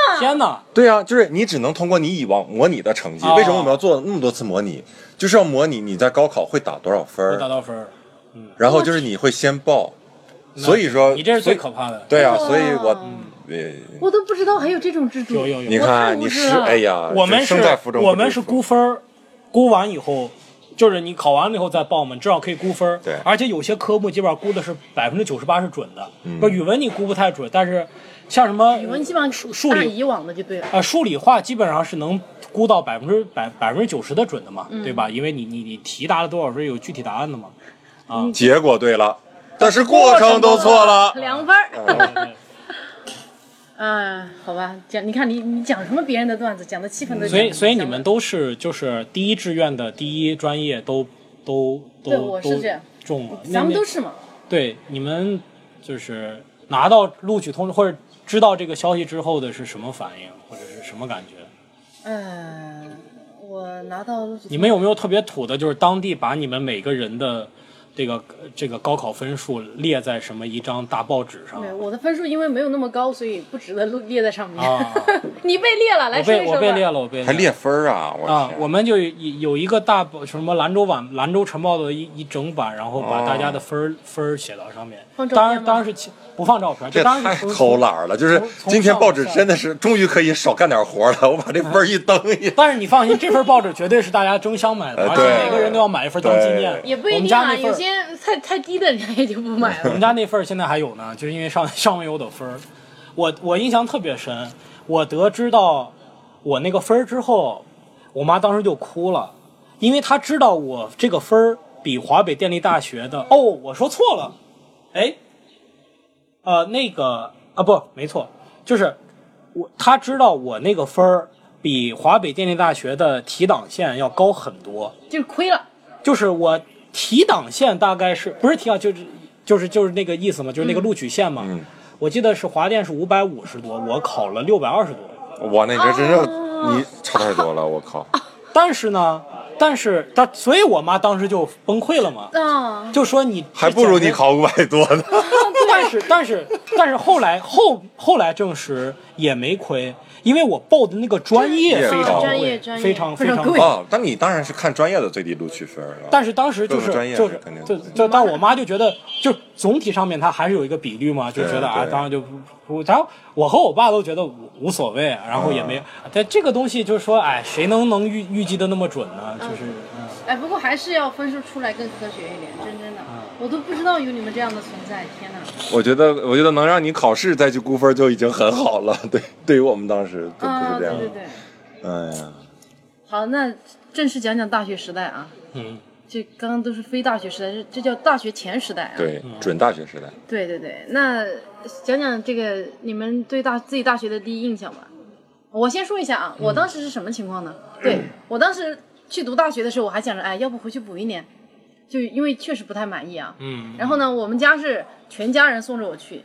Speaker 2: 哪！天哪！
Speaker 3: 对啊，就是你只能通过你以往模拟的成绩。
Speaker 2: 哦
Speaker 3: 为什么我们要做那么多次模拟？就是要模拟你在高考会打多少分
Speaker 2: 我打
Speaker 3: 儿，
Speaker 2: 到分儿，
Speaker 3: 然后就是你会先报。所以说，
Speaker 2: 你这是
Speaker 3: 所
Speaker 2: 最
Speaker 3: 以
Speaker 2: 可怕的。嗯
Speaker 3: 对啊，
Speaker 1: 哇
Speaker 3: 所以我呃，
Speaker 1: 我都不知道还有这种制度。
Speaker 2: 有有有
Speaker 3: 你
Speaker 1: 我太
Speaker 3: 看
Speaker 1: 无
Speaker 3: 你
Speaker 1: 知
Speaker 3: 是
Speaker 1: 了
Speaker 3: 哎呀，
Speaker 2: 啊我们是
Speaker 3: 生在福中不知福，
Speaker 2: 我们是估分儿，估完以后，就是你考完了以后再报嘛，至少可以估分儿。
Speaker 3: 对
Speaker 2: 而且有些科目基本上估的是百分之九十八是准的，
Speaker 3: 嗯
Speaker 2: 不、语文你估不太准，但是像什么
Speaker 1: 语文基本上
Speaker 2: 数数
Speaker 1: 按
Speaker 2: 理
Speaker 1: 以往的就对了。
Speaker 2: 啊、数理化基本上是能估到百分之百百分之九十的准的嘛，
Speaker 1: 嗯
Speaker 2: 对吧？因为你你你题答了多少分儿有具体答案的嘛。
Speaker 3: 结果对了，但是过程都错了。
Speaker 1: 两分儿。
Speaker 2: 对
Speaker 1: 嗯，好吧，讲你看你你讲什么别人的段子，讲的气氛都。
Speaker 2: 所以所以你们都是就是第一志愿的第一专业都都都
Speaker 1: 对我是
Speaker 2: 都
Speaker 1: 这样
Speaker 2: 中了，
Speaker 1: 咱们
Speaker 2: 那
Speaker 1: 都是嘛，
Speaker 2: 对，你们就是拿到录取通知或者知道这个消息之后的是什么反应，或者是什么感觉？
Speaker 1: 嗯，我拿到录取通知
Speaker 2: 你们有没有特别土的，就是当地把你们每个人的这个这个高考分数列在什么一张大报纸上
Speaker 1: 对，我的分数因为没有那么高，所以不值得录列在上面。
Speaker 2: 啊？
Speaker 1: 你被列了，来
Speaker 2: 我
Speaker 1: 说一
Speaker 2: 被
Speaker 1: 说
Speaker 2: 我
Speaker 1: 吧。
Speaker 2: 被列了，我被
Speaker 3: 还
Speaker 2: 列了
Speaker 3: 列分儿啊！我
Speaker 2: 啊！
Speaker 3: 天
Speaker 2: 我们就有有一个大报什么兰州晚兰州晨报的一一整版，然后把大家
Speaker 3: 哦
Speaker 2: 的分儿、分儿写到上面。
Speaker 1: 放照片
Speaker 2: 当然
Speaker 1: 吗
Speaker 2: 当然是其不放照片，
Speaker 3: 这
Speaker 2: 当然
Speaker 3: 太
Speaker 2: 是从
Speaker 3: 偷。懒了，就是
Speaker 2: 从从
Speaker 3: 今天
Speaker 2: 上
Speaker 3: 报纸
Speaker 2: 往下
Speaker 3: 真的是终于可以少干点活了。我把这分儿一登一，
Speaker 2: 但是你放心，这份报纸绝对是大家争相买的，
Speaker 3: 呃
Speaker 2: 而
Speaker 3: 对
Speaker 2: 且每个人都要买一份当纪念。
Speaker 1: 也不一
Speaker 2: 我们
Speaker 1: 定
Speaker 2: 家
Speaker 1: 啊，
Speaker 2: 那份
Speaker 1: 有
Speaker 2: 儿
Speaker 1: 些太太低的人也就不买
Speaker 2: 我
Speaker 1: 了。
Speaker 2: 们家那份儿现在还有呢，就是因为上上面有我的分儿，我我印象特别深。我得知到我那个分儿之后，我妈当时就哭了，因为她知道我这个分儿比华北电力大学的。哦，我说错了，哎，呃，那个啊，不，没错，就是我她知道我那个分儿比华北电力大学的提档线要高很多。
Speaker 1: 就是亏了，
Speaker 2: 就是我提档线大概是不是提档就是就是就是那个意思嘛，就是那个录取线嘛。
Speaker 3: 嗯
Speaker 2: 我记得是华电是五百五十多，我考了六百二十多。
Speaker 3: 哇，那你这真
Speaker 1: 哦
Speaker 3: 是你差太多了，我靠！
Speaker 2: 但是呢，但是他，所以我妈当时就崩溃了嘛，
Speaker 1: 啊，
Speaker 2: 就说你
Speaker 3: 还不如你
Speaker 2: 考。
Speaker 3: 考五百多 呢。
Speaker 2: 但是但是但是后来后后来证实也没亏，因为我报的那个专业
Speaker 3: 专业
Speaker 2: 非常
Speaker 3: 啊
Speaker 1: 专业
Speaker 2: 贵
Speaker 1: 专业
Speaker 2: 非常
Speaker 1: 非常
Speaker 2: 常
Speaker 1: 贵
Speaker 3: 哦，但你当然是看专业的最低录取分了。
Speaker 2: 但是当时就
Speaker 3: 各
Speaker 2: 是
Speaker 3: 个专业
Speaker 2: 就是
Speaker 3: 肯定
Speaker 2: 就
Speaker 3: 不一样
Speaker 2: 就，但我妈就觉得，就总体上面她还是有一个比率嘛，就觉得啊，
Speaker 3: 对
Speaker 2: 当然就不不，然后我和我爸都觉得无无所谓，然后也没，
Speaker 3: 嗯
Speaker 2: 但这个东西就是说，哎，谁能能预预计的那么准呢？就是嗯
Speaker 1: 哎，不过还是要分数出来更科学一点，真真的，
Speaker 2: 啊
Speaker 1: 我都不知道有你们这样的存在，天哪！
Speaker 3: 我觉得，我觉得能让你考试再去估分就已经很好了。对，对于我们当时就不
Speaker 1: 啊，
Speaker 3: 是这
Speaker 1: 对
Speaker 3: 样
Speaker 1: 对
Speaker 3: 的。
Speaker 1: 对，
Speaker 3: 哎呀，
Speaker 1: 好，那正式讲讲大学时代啊，
Speaker 2: 嗯，
Speaker 1: 这刚刚都是非大学时代，这这叫大学前时代啊。
Speaker 3: 对，准大学时代。
Speaker 1: 对对对，那讲讲这个你们对大自己大学的第一印象吧。我先说一下
Speaker 3: 嗯
Speaker 1: 啊，我当时是什么情况呢？对我当时去读大学的时候，我还想着，哎，要不回去补一年，就因为确实不太满意啊。
Speaker 2: 嗯。
Speaker 1: 然后呢，我们家是全家人送着我去，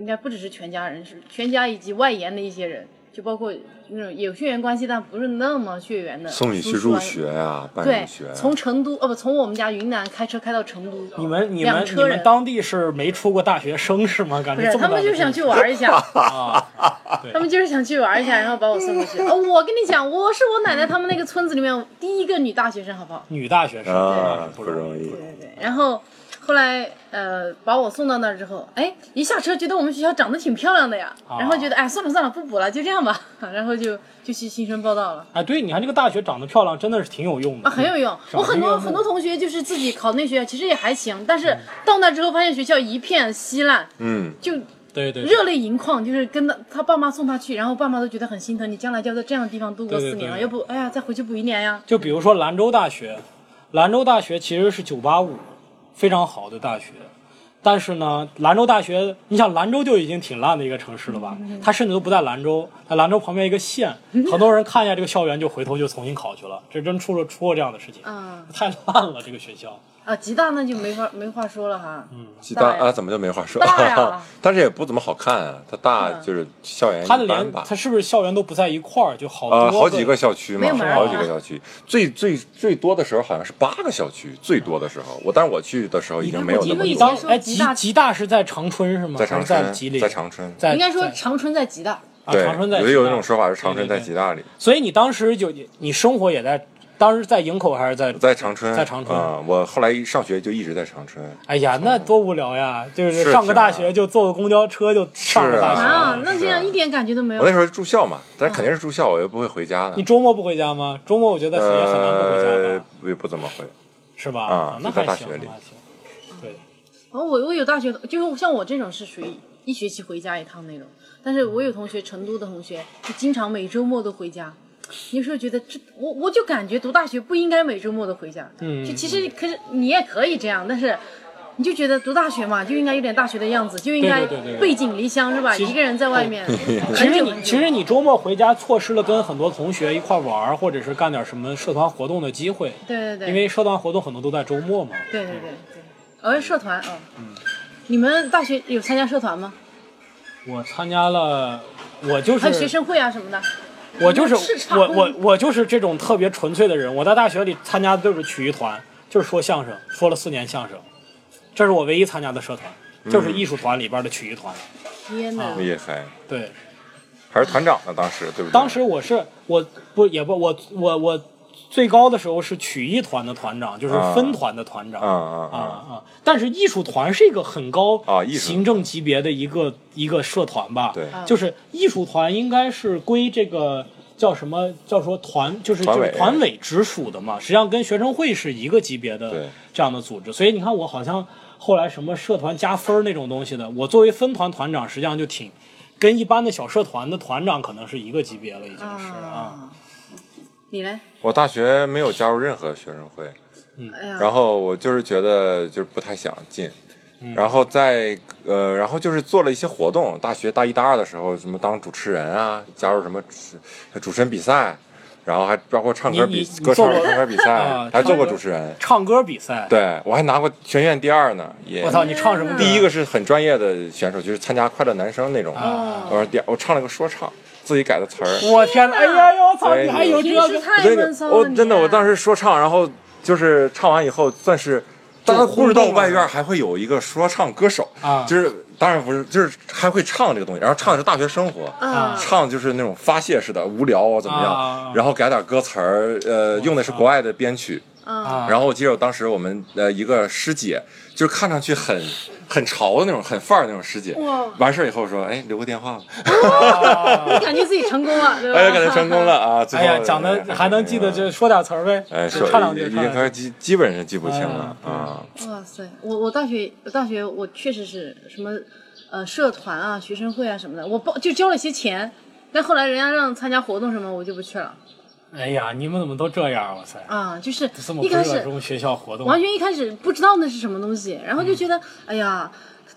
Speaker 1: 应该不只是全家人，是全家以及外延的一些人，就包括那种有血缘关系但不是那么血缘的。
Speaker 3: 送你去入。学啊，办
Speaker 1: 对
Speaker 3: 入学，。
Speaker 1: 从成都呃不，从我们家云南开车开到成都。
Speaker 2: 你们你
Speaker 1: 两
Speaker 2: 们你
Speaker 1: 车人
Speaker 2: 们当地是没出过大学生是吗？感
Speaker 1: 不
Speaker 2: 觉
Speaker 1: 是，
Speaker 2: 这么
Speaker 1: 他
Speaker 2: 大
Speaker 1: 们
Speaker 2: 的
Speaker 1: 就是想去玩一下。
Speaker 2: 啊，
Speaker 1: 他们就是想去玩一下，然后把我送过去。哦，我跟你讲，我是我奶奶他们那个村子里面第一个女大学生，好不好？
Speaker 2: 女大学生
Speaker 3: 啊，
Speaker 2: 不
Speaker 3: 不
Speaker 2: 容易。
Speaker 3: 容易
Speaker 1: 对。对对。然后后来呃把我送到那儿之后，哎，一下车觉得我们学校长得挺漂亮的呀，然后觉得哎算了算了不补了，就这样吧， 然后就就去新生报道了。
Speaker 2: 哎，对，你看这个大学长得漂亮，真的是挺有用的
Speaker 1: 啊，，很有用。
Speaker 2: 赏
Speaker 1: 我很
Speaker 2: 心悦
Speaker 1: 多
Speaker 2: 目
Speaker 1: 很多同学就是自己考那学校，其实也还行，但是到那之后发现学校一片稀烂，
Speaker 3: 嗯，
Speaker 1: 就
Speaker 2: 对对，对
Speaker 1: 热泪盈眶，就是跟他他爸妈送他去，然后爸妈都觉得很心疼，你将来就要在这样的地方度过
Speaker 2: 对对
Speaker 1: 四年了，
Speaker 2: 对
Speaker 1: 要不哎呀再回去补一年呀。
Speaker 2: 就比如说兰州大学，兰州大学其实是985，非常好的大学。但是呢，兰州大学，你想兰州就已经挺烂的一个城市了吧？
Speaker 1: 嗯
Speaker 2: 它甚至都不在兰州，它兰州旁边一个县，很多人看一下这个校园就回头就重新考去了，这真出了出过这样的事情，
Speaker 1: 嗯
Speaker 2: 太烂了这个学校。
Speaker 1: 啊，吉大那就没法没话说了哈。嗯，
Speaker 3: 鸡大
Speaker 1: 呀
Speaker 3: 啊，怎么就没话说
Speaker 1: 大呀？ 嗯
Speaker 3: 但是也不怎么好看啊，它大就是校园一
Speaker 2: 它的
Speaker 3: 般
Speaker 2: 连
Speaker 3: 吧。
Speaker 2: 它是不是校园都不在一块儿，就好多、
Speaker 3: 呃，好几个。校区嘛
Speaker 1: 没有门，儿
Speaker 3: 好几个
Speaker 1: 啊
Speaker 3: 校区，最最最多的时候好像是八个校区，最多的时候，我但是我去的时候已经没有那么
Speaker 1: 你
Speaker 2: 你
Speaker 1: 看
Speaker 3: 多，
Speaker 2: 当
Speaker 1: 我
Speaker 2: 哎，
Speaker 1: 吉
Speaker 2: 吉
Speaker 1: 大
Speaker 2: 吉大是在长春是吗？
Speaker 3: 在
Speaker 2: 还
Speaker 3: 长
Speaker 2: 是
Speaker 3: 春，
Speaker 2: 在吉林，
Speaker 3: 在长春，
Speaker 2: 在
Speaker 1: 应该说
Speaker 2: 在
Speaker 1: 长春在吉大，
Speaker 2: 啊
Speaker 3: 对，
Speaker 2: 长春在
Speaker 3: 有
Speaker 2: 吉
Speaker 3: 有一
Speaker 2: 大
Speaker 3: 种说法是长
Speaker 2: 对
Speaker 3: 春
Speaker 2: 对
Speaker 3: 在
Speaker 2: 对
Speaker 3: 吉大里，
Speaker 2: 所以你当时就你生活也在，当时在营口还是在
Speaker 3: 在长春，
Speaker 2: 在长春。
Speaker 3: 啊，我后来一上学就一直在长春，
Speaker 2: 哎呀，那多无聊呀！就是
Speaker 3: 是
Speaker 2: 上个大学
Speaker 3: 是
Speaker 2: 就坐个公交车就上个大
Speaker 3: 是
Speaker 2: 学。
Speaker 1: 啊
Speaker 3: 啊，
Speaker 1: 那这样一点感觉都没
Speaker 3: 我那
Speaker 1: 有。
Speaker 3: 时候住校嘛，但是肯定是住校，我又不会回家的
Speaker 2: 你，周末不回家吗？周末我觉得嗯也很难不回家
Speaker 3: 呃
Speaker 2: 吧，，
Speaker 3: 不不怎么回，
Speaker 2: 是吧？
Speaker 3: 啊
Speaker 2: 那
Speaker 3: 就在
Speaker 2: 还
Speaker 3: 大
Speaker 2: 行，
Speaker 3: 学里
Speaker 2: 那还行。对，
Speaker 1: 哦，我我有大学，就是像我这种是属于一学期回家一趟那种，但是我有同学，成都的同学，就经常每周末都回家。有时候觉得这，我我就感觉读大学不应该每周末都回家。
Speaker 2: 嗯
Speaker 1: 就其实可是你也可以这样，但是。你就觉得读大学嘛，就应该有点大学的样子，就应该
Speaker 2: 对对对对对
Speaker 1: 背井离乡是吧？
Speaker 2: 其实哦
Speaker 1: 一个人在外面，
Speaker 2: 其
Speaker 1: 很
Speaker 2: 实
Speaker 1: 久
Speaker 2: 你
Speaker 1: 很久
Speaker 2: 其实你周末回家错失了跟很多同学一块玩儿，或者是干点什么社团活动的机会，
Speaker 1: 对对对，
Speaker 2: 因为嗯社团活动很多都在周末嘛。
Speaker 1: 对对对对，哦，社团哦，
Speaker 2: 嗯
Speaker 1: 你们大学有参加社团吗？
Speaker 2: 我参加了，我就
Speaker 1: 还
Speaker 2: 是
Speaker 1: 有学生会啊什么的？
Speaker 2: 我就是
Speaker 1: 市场
Speaker 2: 我我我就是这种特别纯粹的人。我在大学里参加的就是曲艺团，就是说相声，说了四年相声，这是我唯一参加的社团，就是艺术团里边的曲艺团。
Speaker 1: 天哪！
Speaker 3: 厉害，
Speaker 2: 对，
Speaker 3: 还是团长呢，当时对不对？
Speaker 2: 当时我是我不也不我我我最高的时候是曲艺团的团长，就是分团的团长。
Speaker 3: 啊啊
Speaker 2: 啊
Speaker 3: 啊，
Speaker 2: 啊！但是艺术团是一个很高
Speaker 3: 啊艺术
Speaker 2: 行政级别的一个一个社团吧？
Speaker 3: 对
Speaker 2: 就是艺术团应该是归这个叫什么叫说团，就是
Speaker 3: 团
Speaker 2: 就
Speaker 3: 委
Speaker 2: 是团委直属的嘛。实际上跟学生会是一个级别
Speaker 3: 对
Speaker 2: 的这样的组织，所以你看我好像后来什么社团加分儿那种东西的，我作为分团团长，实际上就挺跟一般的小社团的团长可能是一个级别了，已经是啊。
Speaker 1: 啊，你嘞？
Speaker 3: 我大学没有加入任何学生会，
Speaker 2: 嗯
Speaker 1: 哎呀，
Speaker 3: 然后我就是觉得就是不太想进，
Speaker 2: 嗯
Speaker 3: 然后在呃，然后就是做了一些活动，大学大一大二的时候，什么当主持人啊，加入什么主主持人比赛，然后还包括唱歌
Speaker 2: 你
Speaker 3: 比
Speaker 2: 你
Speaker 3: 歌唱
Speaker 2: 做过
Speaker 3: 唱歌比
Speaker 2: 啊
Speaker 3: 赛，哎还做
Speaker 2: 唱
Speaker 3: 过
Speaker 2: 歌
Speaker 3: 主持人，
Speaker 2: 唱歌比赛，
Speaker 3: 对我还拿过全院第二呢，也
Speaker 2: 我操，你唱什么歌？
Speaker 3: 第一个是很专业的选手，就是参加快乐男声那种，
Speaker 2: 啊
Speaker 3: 我说第二我唱了个说唱，自己改的词儿，
Speaker 2: 我天哪！哎呀呀，我操！
Speaker 3: 对
Speaker 2: 你还有这
Speaker 1: 平时
Speaker 2: 个？
Speaker 1: 太
Speaker 3: 真
Speaker 1: 闷
Speaker 3: 的
Speaker 1: 骚，了，
Speaker 3: 我
Speaker 1: 你啊
Speaker 3: 真的，我当时说唱，然后就是唱完以后，算是大家不知道外院还会有一个说唱歌手
Speaker 2: 啊
Speaker 3: 就是当然不是，就是还会唱这个东西，然后唱的是大学生活，
Speaker 1: 啊
Speaker 3: 唱就是那种发泄似的，无聊啊怎么样，
Speaker 2: 啊
Speaker 3: 然后改点歌词儿，呃，用的是国外的编曲，
Speaker 1: 啊
Speaker 3: 然后我记得我当时我们呃一个师姐，就是看上去很很潮的那种，很范儿那种师姐
Speaker 1: 哇，
Speaker 3: 完事儿以后说，哎，留个电话 吧，
Speaker 1: 你感觉自己成功了，对吧？
Speaker 3: 哎，感觉 成功了啊，最
Speaker 2: 哎
Speaker 3: 后
Speaker 2: 呀，讲的还能记得，就说点词儿呗，
Speaker 3: 哎，
Speaker 2: 就
Speaker 3: 说
Speaker 2: 唱两句，唱
Speaker 3: 已经
Speaker 2: 两句。嗯
Speaker 3: 快基基本上记不清了啊。
Speaker 1: 哇塞，我我大学我大学我确实是什么呃社团啊、学生会啊什么的，我报就交了一些钱，但后来人家让参加活动什么，我就不去了
Speaker 2: 哎呀，你们怎么都这样？哇塞，
Speaker 1: 啊，就是
Speaker 2: 这么
Speaker 1: 一
Speaker 2: 不热
Speaker 1: 开始
Speaker 2: 衷学校活动，啊
Speaker 1: 完全一开始不知道那是什么东西，然后就觉
Speaker 2: 嗯
Speaker 1: 得、哎呀。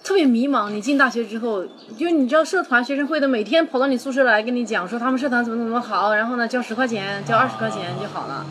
Speaker 1: 特别迷茫。你进大学之后，就是你知道社团、学生会的，每天跑到你宿舍来跟你讲说他们社团怎么怎么好，然后呢交十块钱、交二十块钱就好了。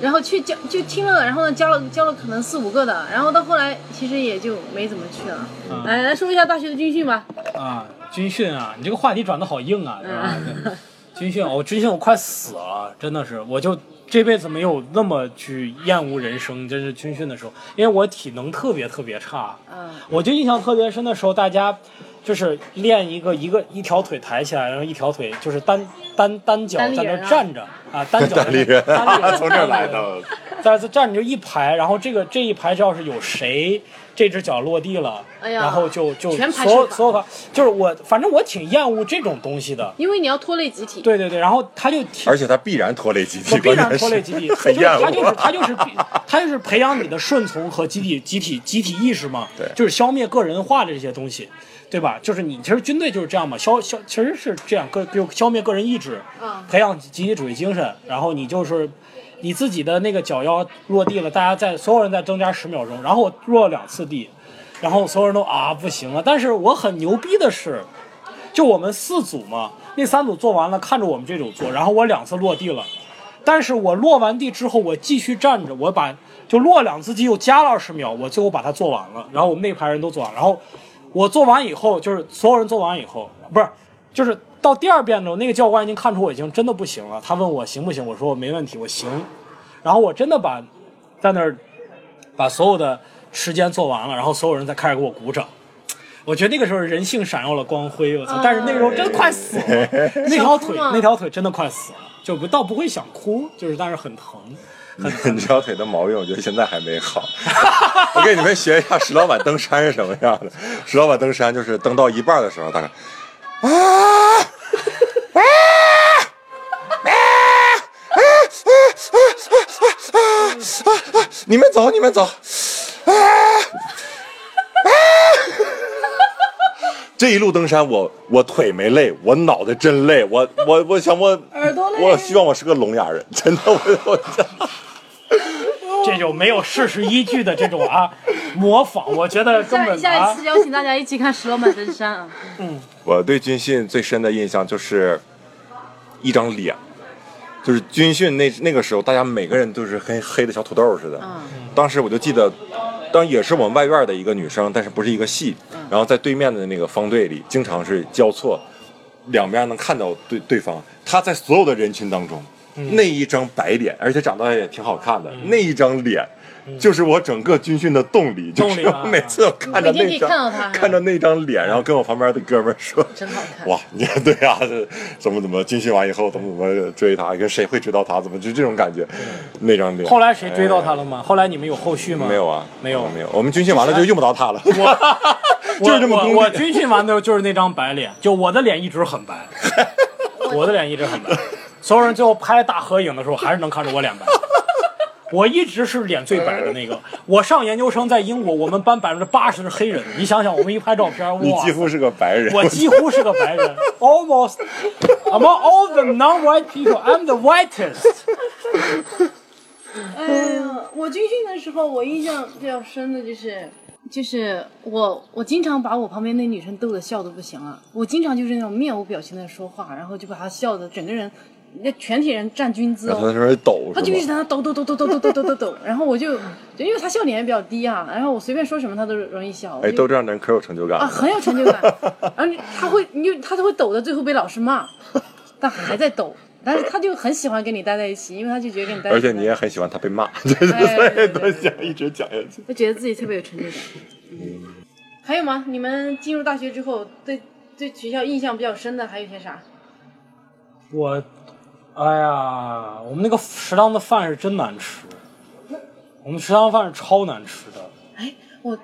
Speaker 1: 然后去交就听了，然后呢交了交了可能四五个的，然后到后来其实也就没怎么去了。
Speaker 2: 嗯
Speaker 1: 哎，来说一下大学的军训吧。
Speaker 2: 啊，军训啊，你这个话题转的好硬啊，是吧？对军训，我军训我快死了，真的是，我就这辈子没有那么去厌恶人生，真是军训的时候，因为我体能特别特别差，
Speaker 1: 嗯
Speaker 2: 我就印象特别深的时候，大家就是练一个一个一条腿抬起来，然后一条腿就是单单单脚
Speaker 1: 单立
Speaker 2: 在
Speaker 1: 人
Speaker 2: 那
Speaker 1: 啊
Speaker 2: 站着啊，单脚在那
Speaker 3: 单立人
Speaker 2: 单立人
Speaker 3: 从这儿来的，
Speaker 2: 但是站着就一排，然后这个这一排只要是有谁这只脚落地了，
Speaker 1: 哎呀
Speaker 2: 然后就就
Speaker 1: 全排
Speaker 2: 所有
Speaker 1: 除法
Speaker 2: 所有的，就是我反正我挺厌恶这种东西的，
Speaker 1: 因为你要拖累集体，
Speaker 2: 对对对，然后他就挺。
Speaker 3: 而且他必然拖累集
Speaker 2: 我
Speaker 3: 体，
Speaker 2: 必
Speaker 3: 关键
Speaker 2: 然
Speaker 3: 是
Speaker 2: 拖累集体，
Speaker 3: 很
Speaker 2: 就是
Speaker 3: 厌
Speaker 2: 他就是他就是
Speaker 3: 恶。
Speaker 2: 必他就是培养你的顺从和集体集体集体意识嘛，
Speaker 3: 对
Speaker 2: 就是消灭个人化的这些东西，对吧？就是你其实军队就是这样嘛，消消其实是这样，个就消灭个人意志，
Speaker 1: 嗯
Speaker 2: 培养集体主义精神，然后你就是你自己的那个脚要落地了，大家在所有人再增加十秒钟，然后我落了两次地，然后所有人都啊不行了，但是我很牛逼的是。就我们四组嘛，那三组做完了，看着我们这组做，然后我两次落地了，但是我落完地之后，我继续站着，我把就落两次地又加了二十秒，我最后把它做完了，然后我们那排人都做完，然后我做完以后，就是所有人做完以后，不是，就是到第二遍的时候，那个教官已经看出我已经真的不行了，他问我行不行，我说我没问题，我行，然后我真的把在那儿把所有的时间做完了，然后所有人才开始给我鼓掌。我觉得那个时候人性闪耀了光辉，我操！但是那个时候真快死了，那条腿
Speaker 1: 想哭吗
Speaker 2: 那条啊腿真的快死了，就不倒不会想哭，就是但是很疼，很疼。
Speaker 3: 你这条腿的毛病，我觉得现在还没好。我给你们学一下石老板登山是什么样的。石老板登山就是登到一半的时候，大概啊啊啊啊啊啊！你们走，你们走啊啊！这一路登山，我我腿没累，我脑袋真累，我我我想我
Speaker 1: 耳朵累
Speaker 3: 我希望我是个聋哑人，真的我我。
Speaker 2: 这种没有事实依据的这种啊 模仿，我觉得根
Speaker 1: 下
Speaker 2: 本
Speaker 1: 下一
Speaker 2: 啊
Speaker 1: 次，邀请大家一起看石老板登山啊！
Speaker 3: 我对军训最深的印象就是一张脸，就是军训那那个时候，大家每个人都是黑黑的小土豆似的。
Speaker 1: 嗯
Speaker 3: 当时我就记得，当然也是我们外院的一个女生，但是不是一个系，
Speaker 1: 嗯
Speaker 3: 然后在对面的那个方队里，经常是交错，两边能看到对对方。她在所有的人群当中，
Speaker 2: 嗯
Speaker 3: 那一张白脸，而且长得也挺好看的，那一张脸。就是我整个军训的动力，
Speaker 2: 嗯
Speaker 3: 就
Speaker 2: 动力
Speaker 3: 是
Speaker 2: 啊
Speaker 3: 我每次看
Speaker 1: 每
Speaker 3: 着
Speaker 1: 天可
Speaker 3: 那
Speaker 1: 以
Speaker 3: 张
Speaker 1: 看到他
Speaker 3: 看着那张脸，然后跟我旁边的哥们儿说：“
Speaker 1: 真好看。
Speaker 3: 哇，你 看对啊，这怎么怎么军训完以后怎么怎么追他，跟谁会追到他，怎么就这种感觉？那张脸。
Speaker 2: 后来谁追到他了吗？后来你们有后续吗？
Speaker 3: 没有啊，
Speaker 2: 哎没有
Speaker 3: 没有，我们军训完了就用不到他了，
Speaker 2: 我
Speaker 3: 就是这么功利
Speaker 2: 我我军训完的时候就是那张白脸，就我的脸一直很白， 我的脸一直很白。所有人最后拍大合影的时候，还是能看出我脸白。 我一直是脸最白的那个。我上研究生在英国，我们班百分之八十是黑人。你想想，我们一拍照片，
Speaker 3: 你
Speaker 2: 哇
Speaker 3: 几，乎是个白人。
Speaker 2: 我几乎是个白人，almost among all the non-white people, I'm the whitest。
Speaker 1: 哎呀，我军训的时候，我印象比较深的就是，就是我我经常把我旁边那女生逗得笑的不行了。我经常就是那种面无表情的说话，然后就把她笑的整个人，那全体人站军姿
Speaker 3: 然后
Speaker 1: 哦
Speaker 3: 他。说抖
Speaker 1: 她就一直
Speaker 3: 是
Speaker 1: 在
Speaker 3: 吗？
Speaker 1: 那抖抖抖抖抖抖抖抖抖抖，然后我就就因为她笑点也比较低啊，然后我随便说什么她都容易笑。我
Speaker 3: 哎，
Speaker 1: 就
Speaker 3: 都这样的人可有成就感
Speaker 1: 啊，
Speaker 3: 了。
Speaker 1: 很有成就感。然后他会，你就他就会抖的，最后被老师骂，但还在抖。但是他就很喜欢跟你待在一起，因为他就觉得跟你待在
Speaker 3: 而
Speaker 1: 一起，
Speaker 3: 且你也很喜欢他被骂，对对
Speaker 1: 哎
Speaker 3: 对，
Speaker 1: 对对
Speaker 3: 都
Speaker 1: 对
Speaker 3: 想一直讲下去。
Speaker 1: 就觉得自己特别有成就感。还有吗？你们进入大学之后，对对学校印象比较深的还有些啥？
Speaker 2: 我，哎呀，我们那个食堂的饭是真难吃，我们食堂饭是超难吃的
Speaker 1: 哎，我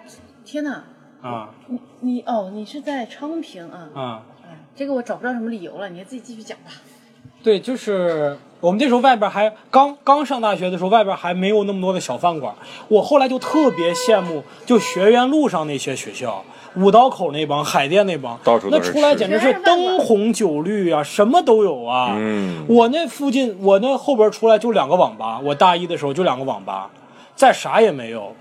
Speaker 1: 天哪！
Speaker 2: 啊
Speaker 1: 你你哦，你是在昌平啊？
Speaker 2: 啊！
Speaker 1: 哎，这个我找不到什么理由了，你还自己继续讲吧。
Speaker 2: 对，就是我们那时候外边还刚刚上大学的时候，外边还没有那么多的小饭馆。我后来就特别羡慕，就学院路上那些学校，五道口那帮、海淀那帮，
Speaker 3: 到处都
Speaker 2: 那
Speaker 3: 是
Speaker 2: 出来
Speaker 3: 吃
Speaker 2: 简直
Speaker 1: 全
Speaker 2: 是
Speaker 1: 是饭馆
Speaker 2: 灯红酒绿啊，什么都有啊。
Speaker 3: 嗯，
Speaker 2: 我那附近，我那后边出来就两个网吧，我大一的时候就两个网吧，再啥也没有。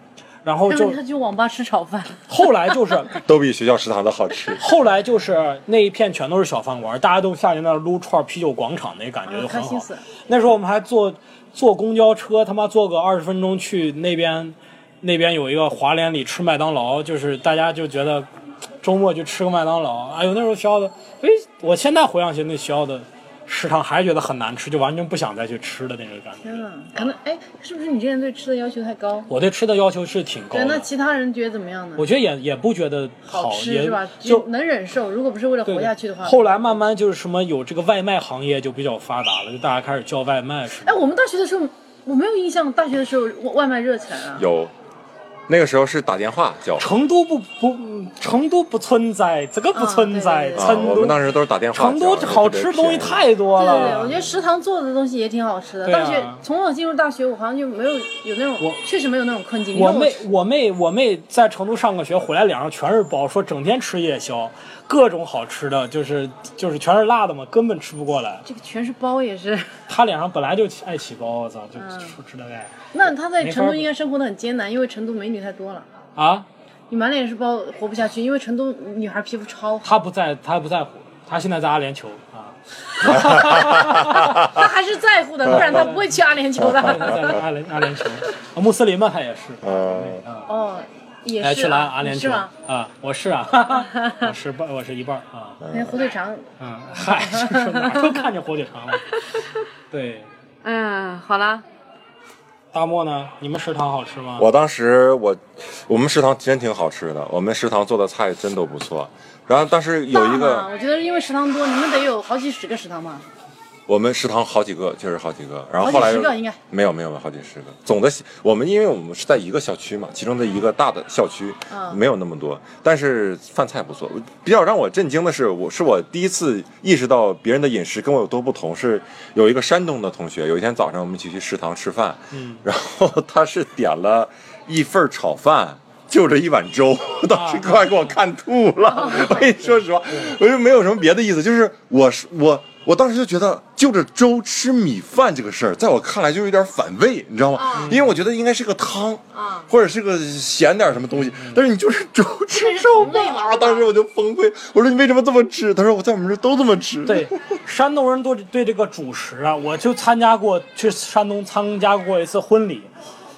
Speaker 2: 然后
Speaker 1: 他
Speaker 2: 就
Speaker 1: 们他去网吧吃炒饭，
Speaker 2: 后来就是
Speaker 3: 都比学校食堂的好吃。
Speaker 2: 后来就是那一片全都是小饭馆，大家都下去那儿撸串、啤酒广场，那感觉就很
Speaker 1: 啊开
Speaker 2: 好。
Speaker 1: 心死了
Speaker 2: 那时候我们还坐坐公交车，他妈坐个二十分钟去那边，那边有一个华联里吃麦当劳，就是大家就觉得周末去吃个麦当劳。哎呦，那时候学校的，哎，我现在回想起那学校的食堂还是觉得很难吃，就完全不想再去吃的那种感觉。
Speaker 1: 天哪！哦可能哎，是不是你这人对吃的要求太高？
Speaker 2: 我对吃的要求是挺高
Speaker 1: 对，那
Speaker 2: 的，
Speaker 1: 其他人觉得怎么样呢？
Speaker 2: 我觉得也也不觉得好，
Speaker 1: 吃
Speaker 2: 也
Speaker 1: 是吧？
Speaker 2: 就
Speaker 1: 就能忍受。如果不是为了
Speaker 2: 对
Speaker 1: 活下去的话，
Speaker 2: 后来慢慢就是什么有这个外卖行业就比较发达了，就大家开始叫外卖什么
Speaker 1: 哎，我们大学的时候，我没有印象，大学的时候外外卖热啊起来了。
Speaker 3: 有，那个时候是打电话叫
Speaker 2: 的。成都不不，成都不存在，这个不存在。
Speaker 1: 啊对对对
Speaker 3: 啊，我
Speaker 2: 成
Speaker 3: 们
Speaker 2: 都、
Speaker 3: 当时都是打电话叫。
Speaker 2: 成都
Speaker 3: 而且
Speaker 2: 好
Speaker 3: 特别
Speaker 2: 吃的东西
Speaker 3: 便宜
Speaker 2: 太多
Speaker 1: 对
Speaker 2: 了。
Speaker 1: 对对，我觉得食堂做的东西也挺好吃的。
Speaker 2: 对啊
Speaker 1: 大学从我进入大学，我好像就没有有那种
Speaker 2: 我，
Speaker 1: 确实没有那种困境。
Speaker 2: 我
Speaker 1: 你说
Speaker 2: 妹，我妹，我妹在成都上过学，回来脸上全是包，说整天吃夜宵，各种好吃的，就是就是全是辣的嘛，根本吃不过来。
Speaker 1: 这个全是包也 是。
Speaker 2: 她脸上本来就起爱起包，我操，就
Speaker 1: 嗯
Speaker 2: 吃吃的呗。
Speaker 1: 那他在
Speaker 2: 没法
Speaker 1: 成都
Speaker 2: 比
Speaker 1: 应该生活的很艰难，因为成都美女太多了，
Speaker 2: 啊，
Speaker 1: 你满脸是包活不下去，因为成都女孩皮肤超好。
Speaker 2: 她不在，她不在乎，她现在在阿联酋啊。
Speaker 1: 她还是在乎的，不然她不会去阿联酋的。
Speaker 2: 在阿联阿联酋，啊穆斯林嘛，他也是，
Speaker 3: 嗯，
Speaker 1: 哦，也
Speaker 2: 哎，
Speaker 1: 是
Speaker 2: 去了
Speaker 1: 啊，
Speaker 2: 阿联
Speaker 1: 是
Speaker 2: 酋
Speaker 1: 吗？
Speaker 2: 啊，我是啊， 哈哈我是半，我是一半儿啊，
Speaker 1: 那火腿肠
Speaker 2: 嗯，嗨， 就是哪儿都看见火腿肠了。对，
Speaker 1: 嗯，好啦，
Speaker 2: 大漠呢？你们食堂好吃吗？
Speaker 3: 我当时我我们食堂真挺好吃的，我们食堂做的菜真都不错。然后当时有
Speaker 1: 大
Speaker 3: 一
Speaker 1: 嘛
Speaker 3: 个
Speaker 1: 我觉得因为食堂多，你们得有好几十个食堂吧？
Speaker 3: 我们食堂好几个，确实好几个。然后后来
Speaker 1: 好几十个应该
Speaker 3: 没有没有没有好几十个。总的我们因为我们是在一个校区嘛，其中的一个大的校区
Speaker 1: 嗯
Speaker 3: 没有那么多，但是饭菜不错。比较让我震惊的是，我是我第一次意识到别人的饮食跟我有多不同。是有一个山东的同学，有一天早上我们一起去食堂吃饭，
Speaker 2: 嗯，
Speaker 3: 然后他是点了一份炒饭，就这一碗粥，当时快给我看吐了。 我跟你说实话，我就没有什么别的意思，就是我是我。我当时就觉得，就着粥吃米饭这个事儿，在我看来就有点反胃，你知道吗？因为我觉得应该是个汤，
Speaker 1: 啊
Speaker 3: 或者是个咸点儿什么东西，但是你就是粥吃
Speaker 1: 但是
Speaker 3: 烧
Speaker 1: 同类
Speaker 3: 饭
Speaker 1: 嘛
Speaker 3: 啊！
Speaker 1: 对吧
Speaker 3: 当时我就崩溃，我说你为什么这么吃？他说我在我们这儿都这么吃。
Speaker 2: 对，山东人对对这个主食啊，我就参加过去山东参加过一次婚礼，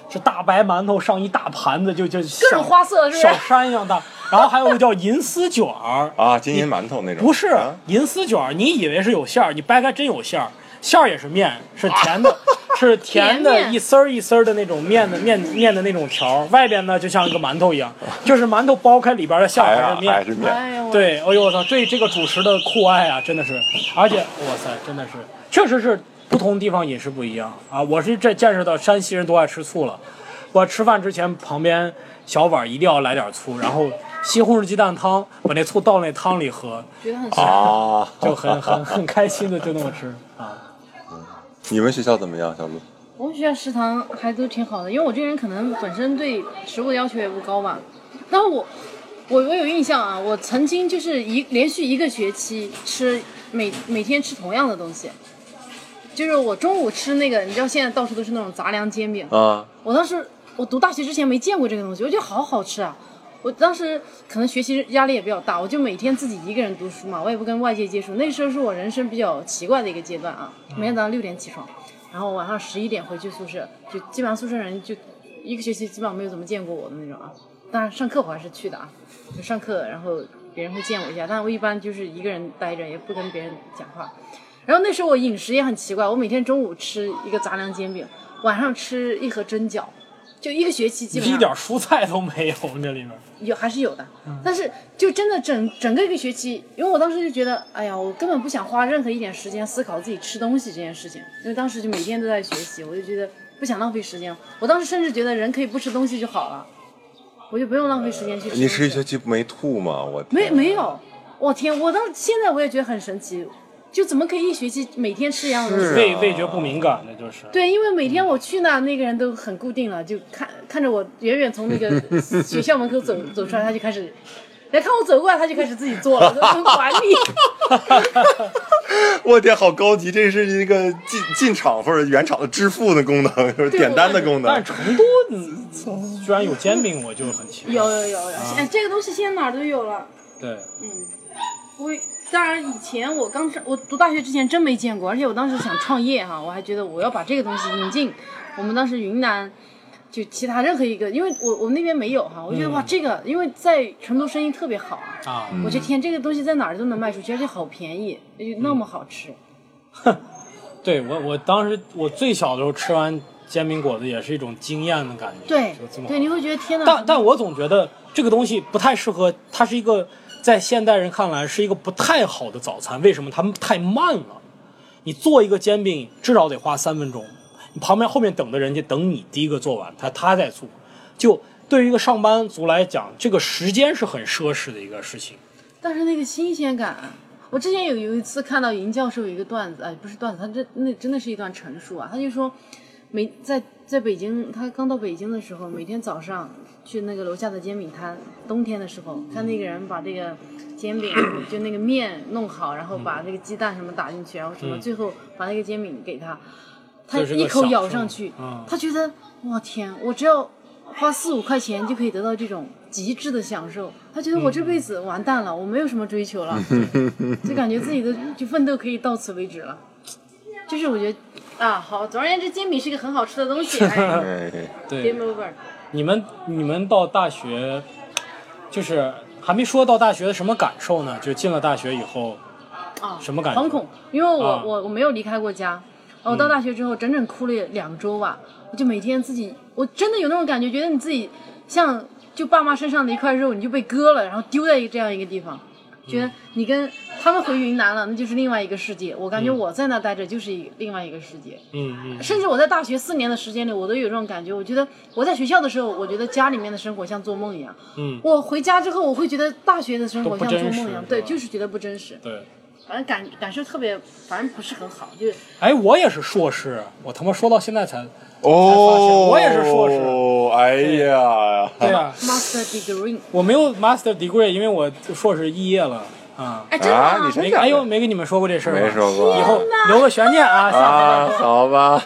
Speaker 2: 是大白馒头上一大盘子，就就各
Speaker 1: 种花色是不是
Speaker 2: 小山一样大，然后还有个叫银丝卷儿，
Speaker 3: 啊，金银馒头那种
Speaker 2: 不是
Speaker 3: 啊
Speaker 2: 银丝卷儿，你以为是有馅儿，你掰开真有馅儿。馅儿也是面，是甜的，是甜
Speaker 1: 甜
Speaker 2: 的，
Speaker 1: 面
Speaker 2: 一丝儿一丝儿的那种面的面面的那种条儿，外边呢就像一个馒头一样，就是馒头剥开里边的馅儿还
Speaker 3: 还
Speaker 2: 是
Speaker 3: 是还
Speaker 2: 面。
Speaker 3: 是面，
Speaker 1: 哎呦，我，
Speaker 2: 对，哎呦我操，对这个主食的酷爱啊，真的是，而且哇塞，真的是，确实是不同地方饮食不一样啊。我是这见识到山西人都爱吃醋了，我吃饭之前旁边小碗一定要来点醋，然后西红柿鸡蛋汤，把那醋倒那汤里喝，
Speaker 1: 觉得很
Speaker 3: 啊，
Speaker 2: 就 很很很开心的就那么吃啊。
Speaker 3: 你们学校怎么样，小鹿？
Speaker 1: 我们学校食堂还都挺好的，因为我这个人可能本身对食物的要求也不高吧。但是我，我我有印象啊，我曾经就是一连续一个学期吃每每天吃同样的东西，就是我中午吃那个，你知道现在到处都是那种杂粮煎饼，
Speaker 3: 啊，
Speaker 1: 我当时我读大学之前没见过这个东西，我觉得好好吃啊！我当时可能学习压力也比较大，我就每天自己一个人读书嘛，我也不跟外界接触。那时候是我人生比较奇怪的一个阶段啊，每天早上六点起床，然后晚上十一点回去宿舍，就基本上宿舍人就一个学期基本上没有怎么见过我的那种啊。当然上课我还是去的啊，就上课，然后别人会见我一下，但我一般就是一个人待着，也不跟别人讲话。然后那时候我饮食也很奇怪，我每天中午吃一个杂粮煎饼，晚上吃一盒蒸饺，就一个学期基本
Speaker 2: 一
Speaker 1: 上
Speaker 2: 点蔬菜都没有，那里面
Speaker 1: 有还是有的，但是就真的整整个一个学期，因为我当时就觉得，哎呀，我根本不想花任何一点时间思考自己吃东西这件事情，因为当时就每天都在学习，我就觉得不想浪费时间。我当时甚至觉得人可以不吃东西就好了，我就不用浪费时间去吃东西。
Speaker 3: 你吃一学期没吐吗？我
Speaker 1: 没没有，我天，我到现在我也觉得很神奇，就怎么可以一学期每天吃一样的东西
Speaker 3: 是？啊
Speaker 2: 味味觉不敏感，那就是。
Speaker 1: 对，因为每天我去那，那个人都很固定了，就看看着我远远从那个学校门口走走出来，他就开始，来看我走过来，他就开始自己做了，我都不管你。
Speaker 3: 我天，好高级！这是一个进进厂或者原厂的支付的功能，就是点单的功
Speaker 2: 但是
Speaker 3: 能。
Speaker 2: 成都嗯 居然有煎饼，我就很奇怪。
Speaker 1: 有有有有，哎，这个东西现在哪儿都有了。
Speaker 2: 对，
Speaker 1: 我当然以前我刚上我读大学之前真没见过，而且我当时想创业哈，我还觉得我要把这个东西引进我们当时云南。就其他任何一个，因为我我们那边没有哈，我觉得、哇，
Speaker 2: 嗯
Speaker 1: 这个因为在成都生意特别好啊，
Speaker 2: 啊，
Speaker 1: 我觉得天，这个东西在哪儿都能卖出去，而且好便宜，又那么好
Speaker 2: 嗯
Speaker 1: 吃。
Speaker 2: 对我我当时我最小的时候吃完煎饼果子也是一种惊艳的感觉，
Speaker 1: 对
Speaker 2: 就这么好
Speaker 1: 对，你会觉得天哪！
Speaker 2: 但但我总觉得这个东西不太适合，它是一个在现代人看来是一个不太好的早餐。为什么？它们太慢了。你做一个煎饼至少得花三分钟，你旁边后面等的人家等你第一个做完，他他在做。就对于一个上班族来讲，这个时间是很奢侈的一个事情。
Speaker 1: 但是那个新鲜感，我之前有有一次看到尹教授有一个段子，哎，不是段子，他这那真的是一段陈述啊。他就说，每在在北京，他刚到北京的时候，每天早上去那个楼下的煎饼摊，冬天的时候，看那个人把这个煎饼就那个面弄好，然后把那个鸡蛋什么打进去，然后什么，
Speaker 2: 嗯
Speaker 1: 最后把那个煎饼给他，他
Speaker 2: 这是个
Speaker 1: 一口
Speaker 2: 享
Speaker 1: 咬
Speaker 2: 受
Speaker 1: 上去，
Speaker 2: 嗯
Speaker 1: 他觉得我天，我只要花四五块钱就可以得到这种极致的享受。他觉得我这辈子完蛋了，我没有什么追求了，就感觉自己的就奋斗可以到此为止了。就是我觉得啊，好，总而言之，煎饼是一个很好吃的东西。哎
Speaker 3: 哎，
Speaker 2: 对
Speaker 1: ，game，over。
Speaker 2: 你们你们到大学，就是还没说到大学的什么感受呢？就进了大学以后，
Speaker 1: 啊，
Speaker 2: 什么感觉
Speaker 1: 惶恐，因为我、
Speaker 2: 啊嗯
Speaker 1: 我我没有离开过家，我到大学之后整整哭了两周吧，我就每天自己，我真的有那种感觉，觉得你自己像就爸妈身上的一块肉，你就被割了，然后丢在一个这样一个地方。觉得你跟他们回云南了，那就是另外一个世界。我感觉我在那待着就是一另外一个世界。
Speaker 2: 嗯嗯。
Speaker 1: 甚至我在大学四年的时间里，我都有这种感觉。我觉得我在学校的时候，我觉得家里面的生活像做梦一样。
Speaker 2: 嗯
Speaker 1: 我回家之后，我会觉得大学的生活
Speaker 2: 都不
Speaker 1: 像
Speaker 2: 真
Speaker 1: 做梦
Speaker 2: 实
Speaker 1: 一样。
Speaker 2: 是
Speaker 1: 对，
Speaker 2: 吧
Speaker 1: 就是觉得不真实。
Speaker 2: 对，
Speaker 1: 反正感感受特别，反正不是很好，就是
Speaker 2: 哎，我也是硕士，我他妈说到现在才，
Speaker 3: 哦，
Speaker 2: 我也是硕士
Speaker 3: 哎呀，
Speaker 2: 对啊，
Speaker 1: master degree。
Speaker 2: 我没有 master degree，因为我硕士肄业了啊。
Speaker 1: 哎，真的
Speaker 3: 啊，
Speaker 1: 吗
Speaker 3: 你？真
Speaker 2: 没，
Speaker 3: 假的？
Speaker 2: 哎呦，没跟你们说过这事儿吧
Speaker 3: 没说过
Speaker 2: 以后留个悬念啊，下回
Speaker 3: 啊
Speaker 2: 再，说。
Speaker 3: 好吧，
Speaker 2: 啊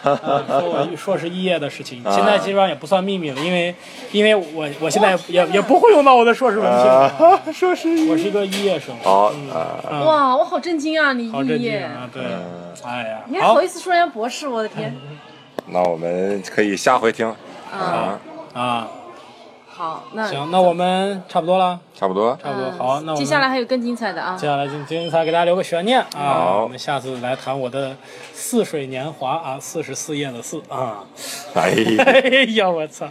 Speaker 2: 说我硕士肄业的事情，现在基本上也不算秘密了，因为，因为我我现在也也不会用到我的硕士文凭了，
Speaker 3: 啊，硕士 一
Speaker 2: 我是一个肄业生。
Speaker 3: 好啊，
Speaker 2: 嗯
Speaker 1: 哇，我好震惊啊！你
Speaker 2: 好
Speaker 1: 肄
Speaker 2: 震惊
Speaker 1: 业，
Speaker 2: 啊！对
Speaker 3: 嗯，
Speaker 2: 哎呀，
Speaker 1: 你还
Speaker 2: 好
Speaker 1: 好意思说人家博士？我的天！
Speaker 3: 那我们可以下回听
Speaker 1: 啊，
Speaker 3: 啊。
Speaker 2: 啊，
Speaker 1: 好，那
Speaker 2: 行，那我们差不多了，
Speaker 3: 差不多。
Speaker 2: 差不多。
Speaker 1: 嗯
Speaker 2: 好，那我们
Speaker 1: 接下来还有更精彩的啊
Speaker 2: 接！下来进精彩，给大家留个悬念啊。
Speaker 3: 好
Speaker 2: 我们下次来谈我的《似水年华》啊，四十四页的四啊。
Speaker 3: 哎呀。
Speaker 2: 哎呀，我操！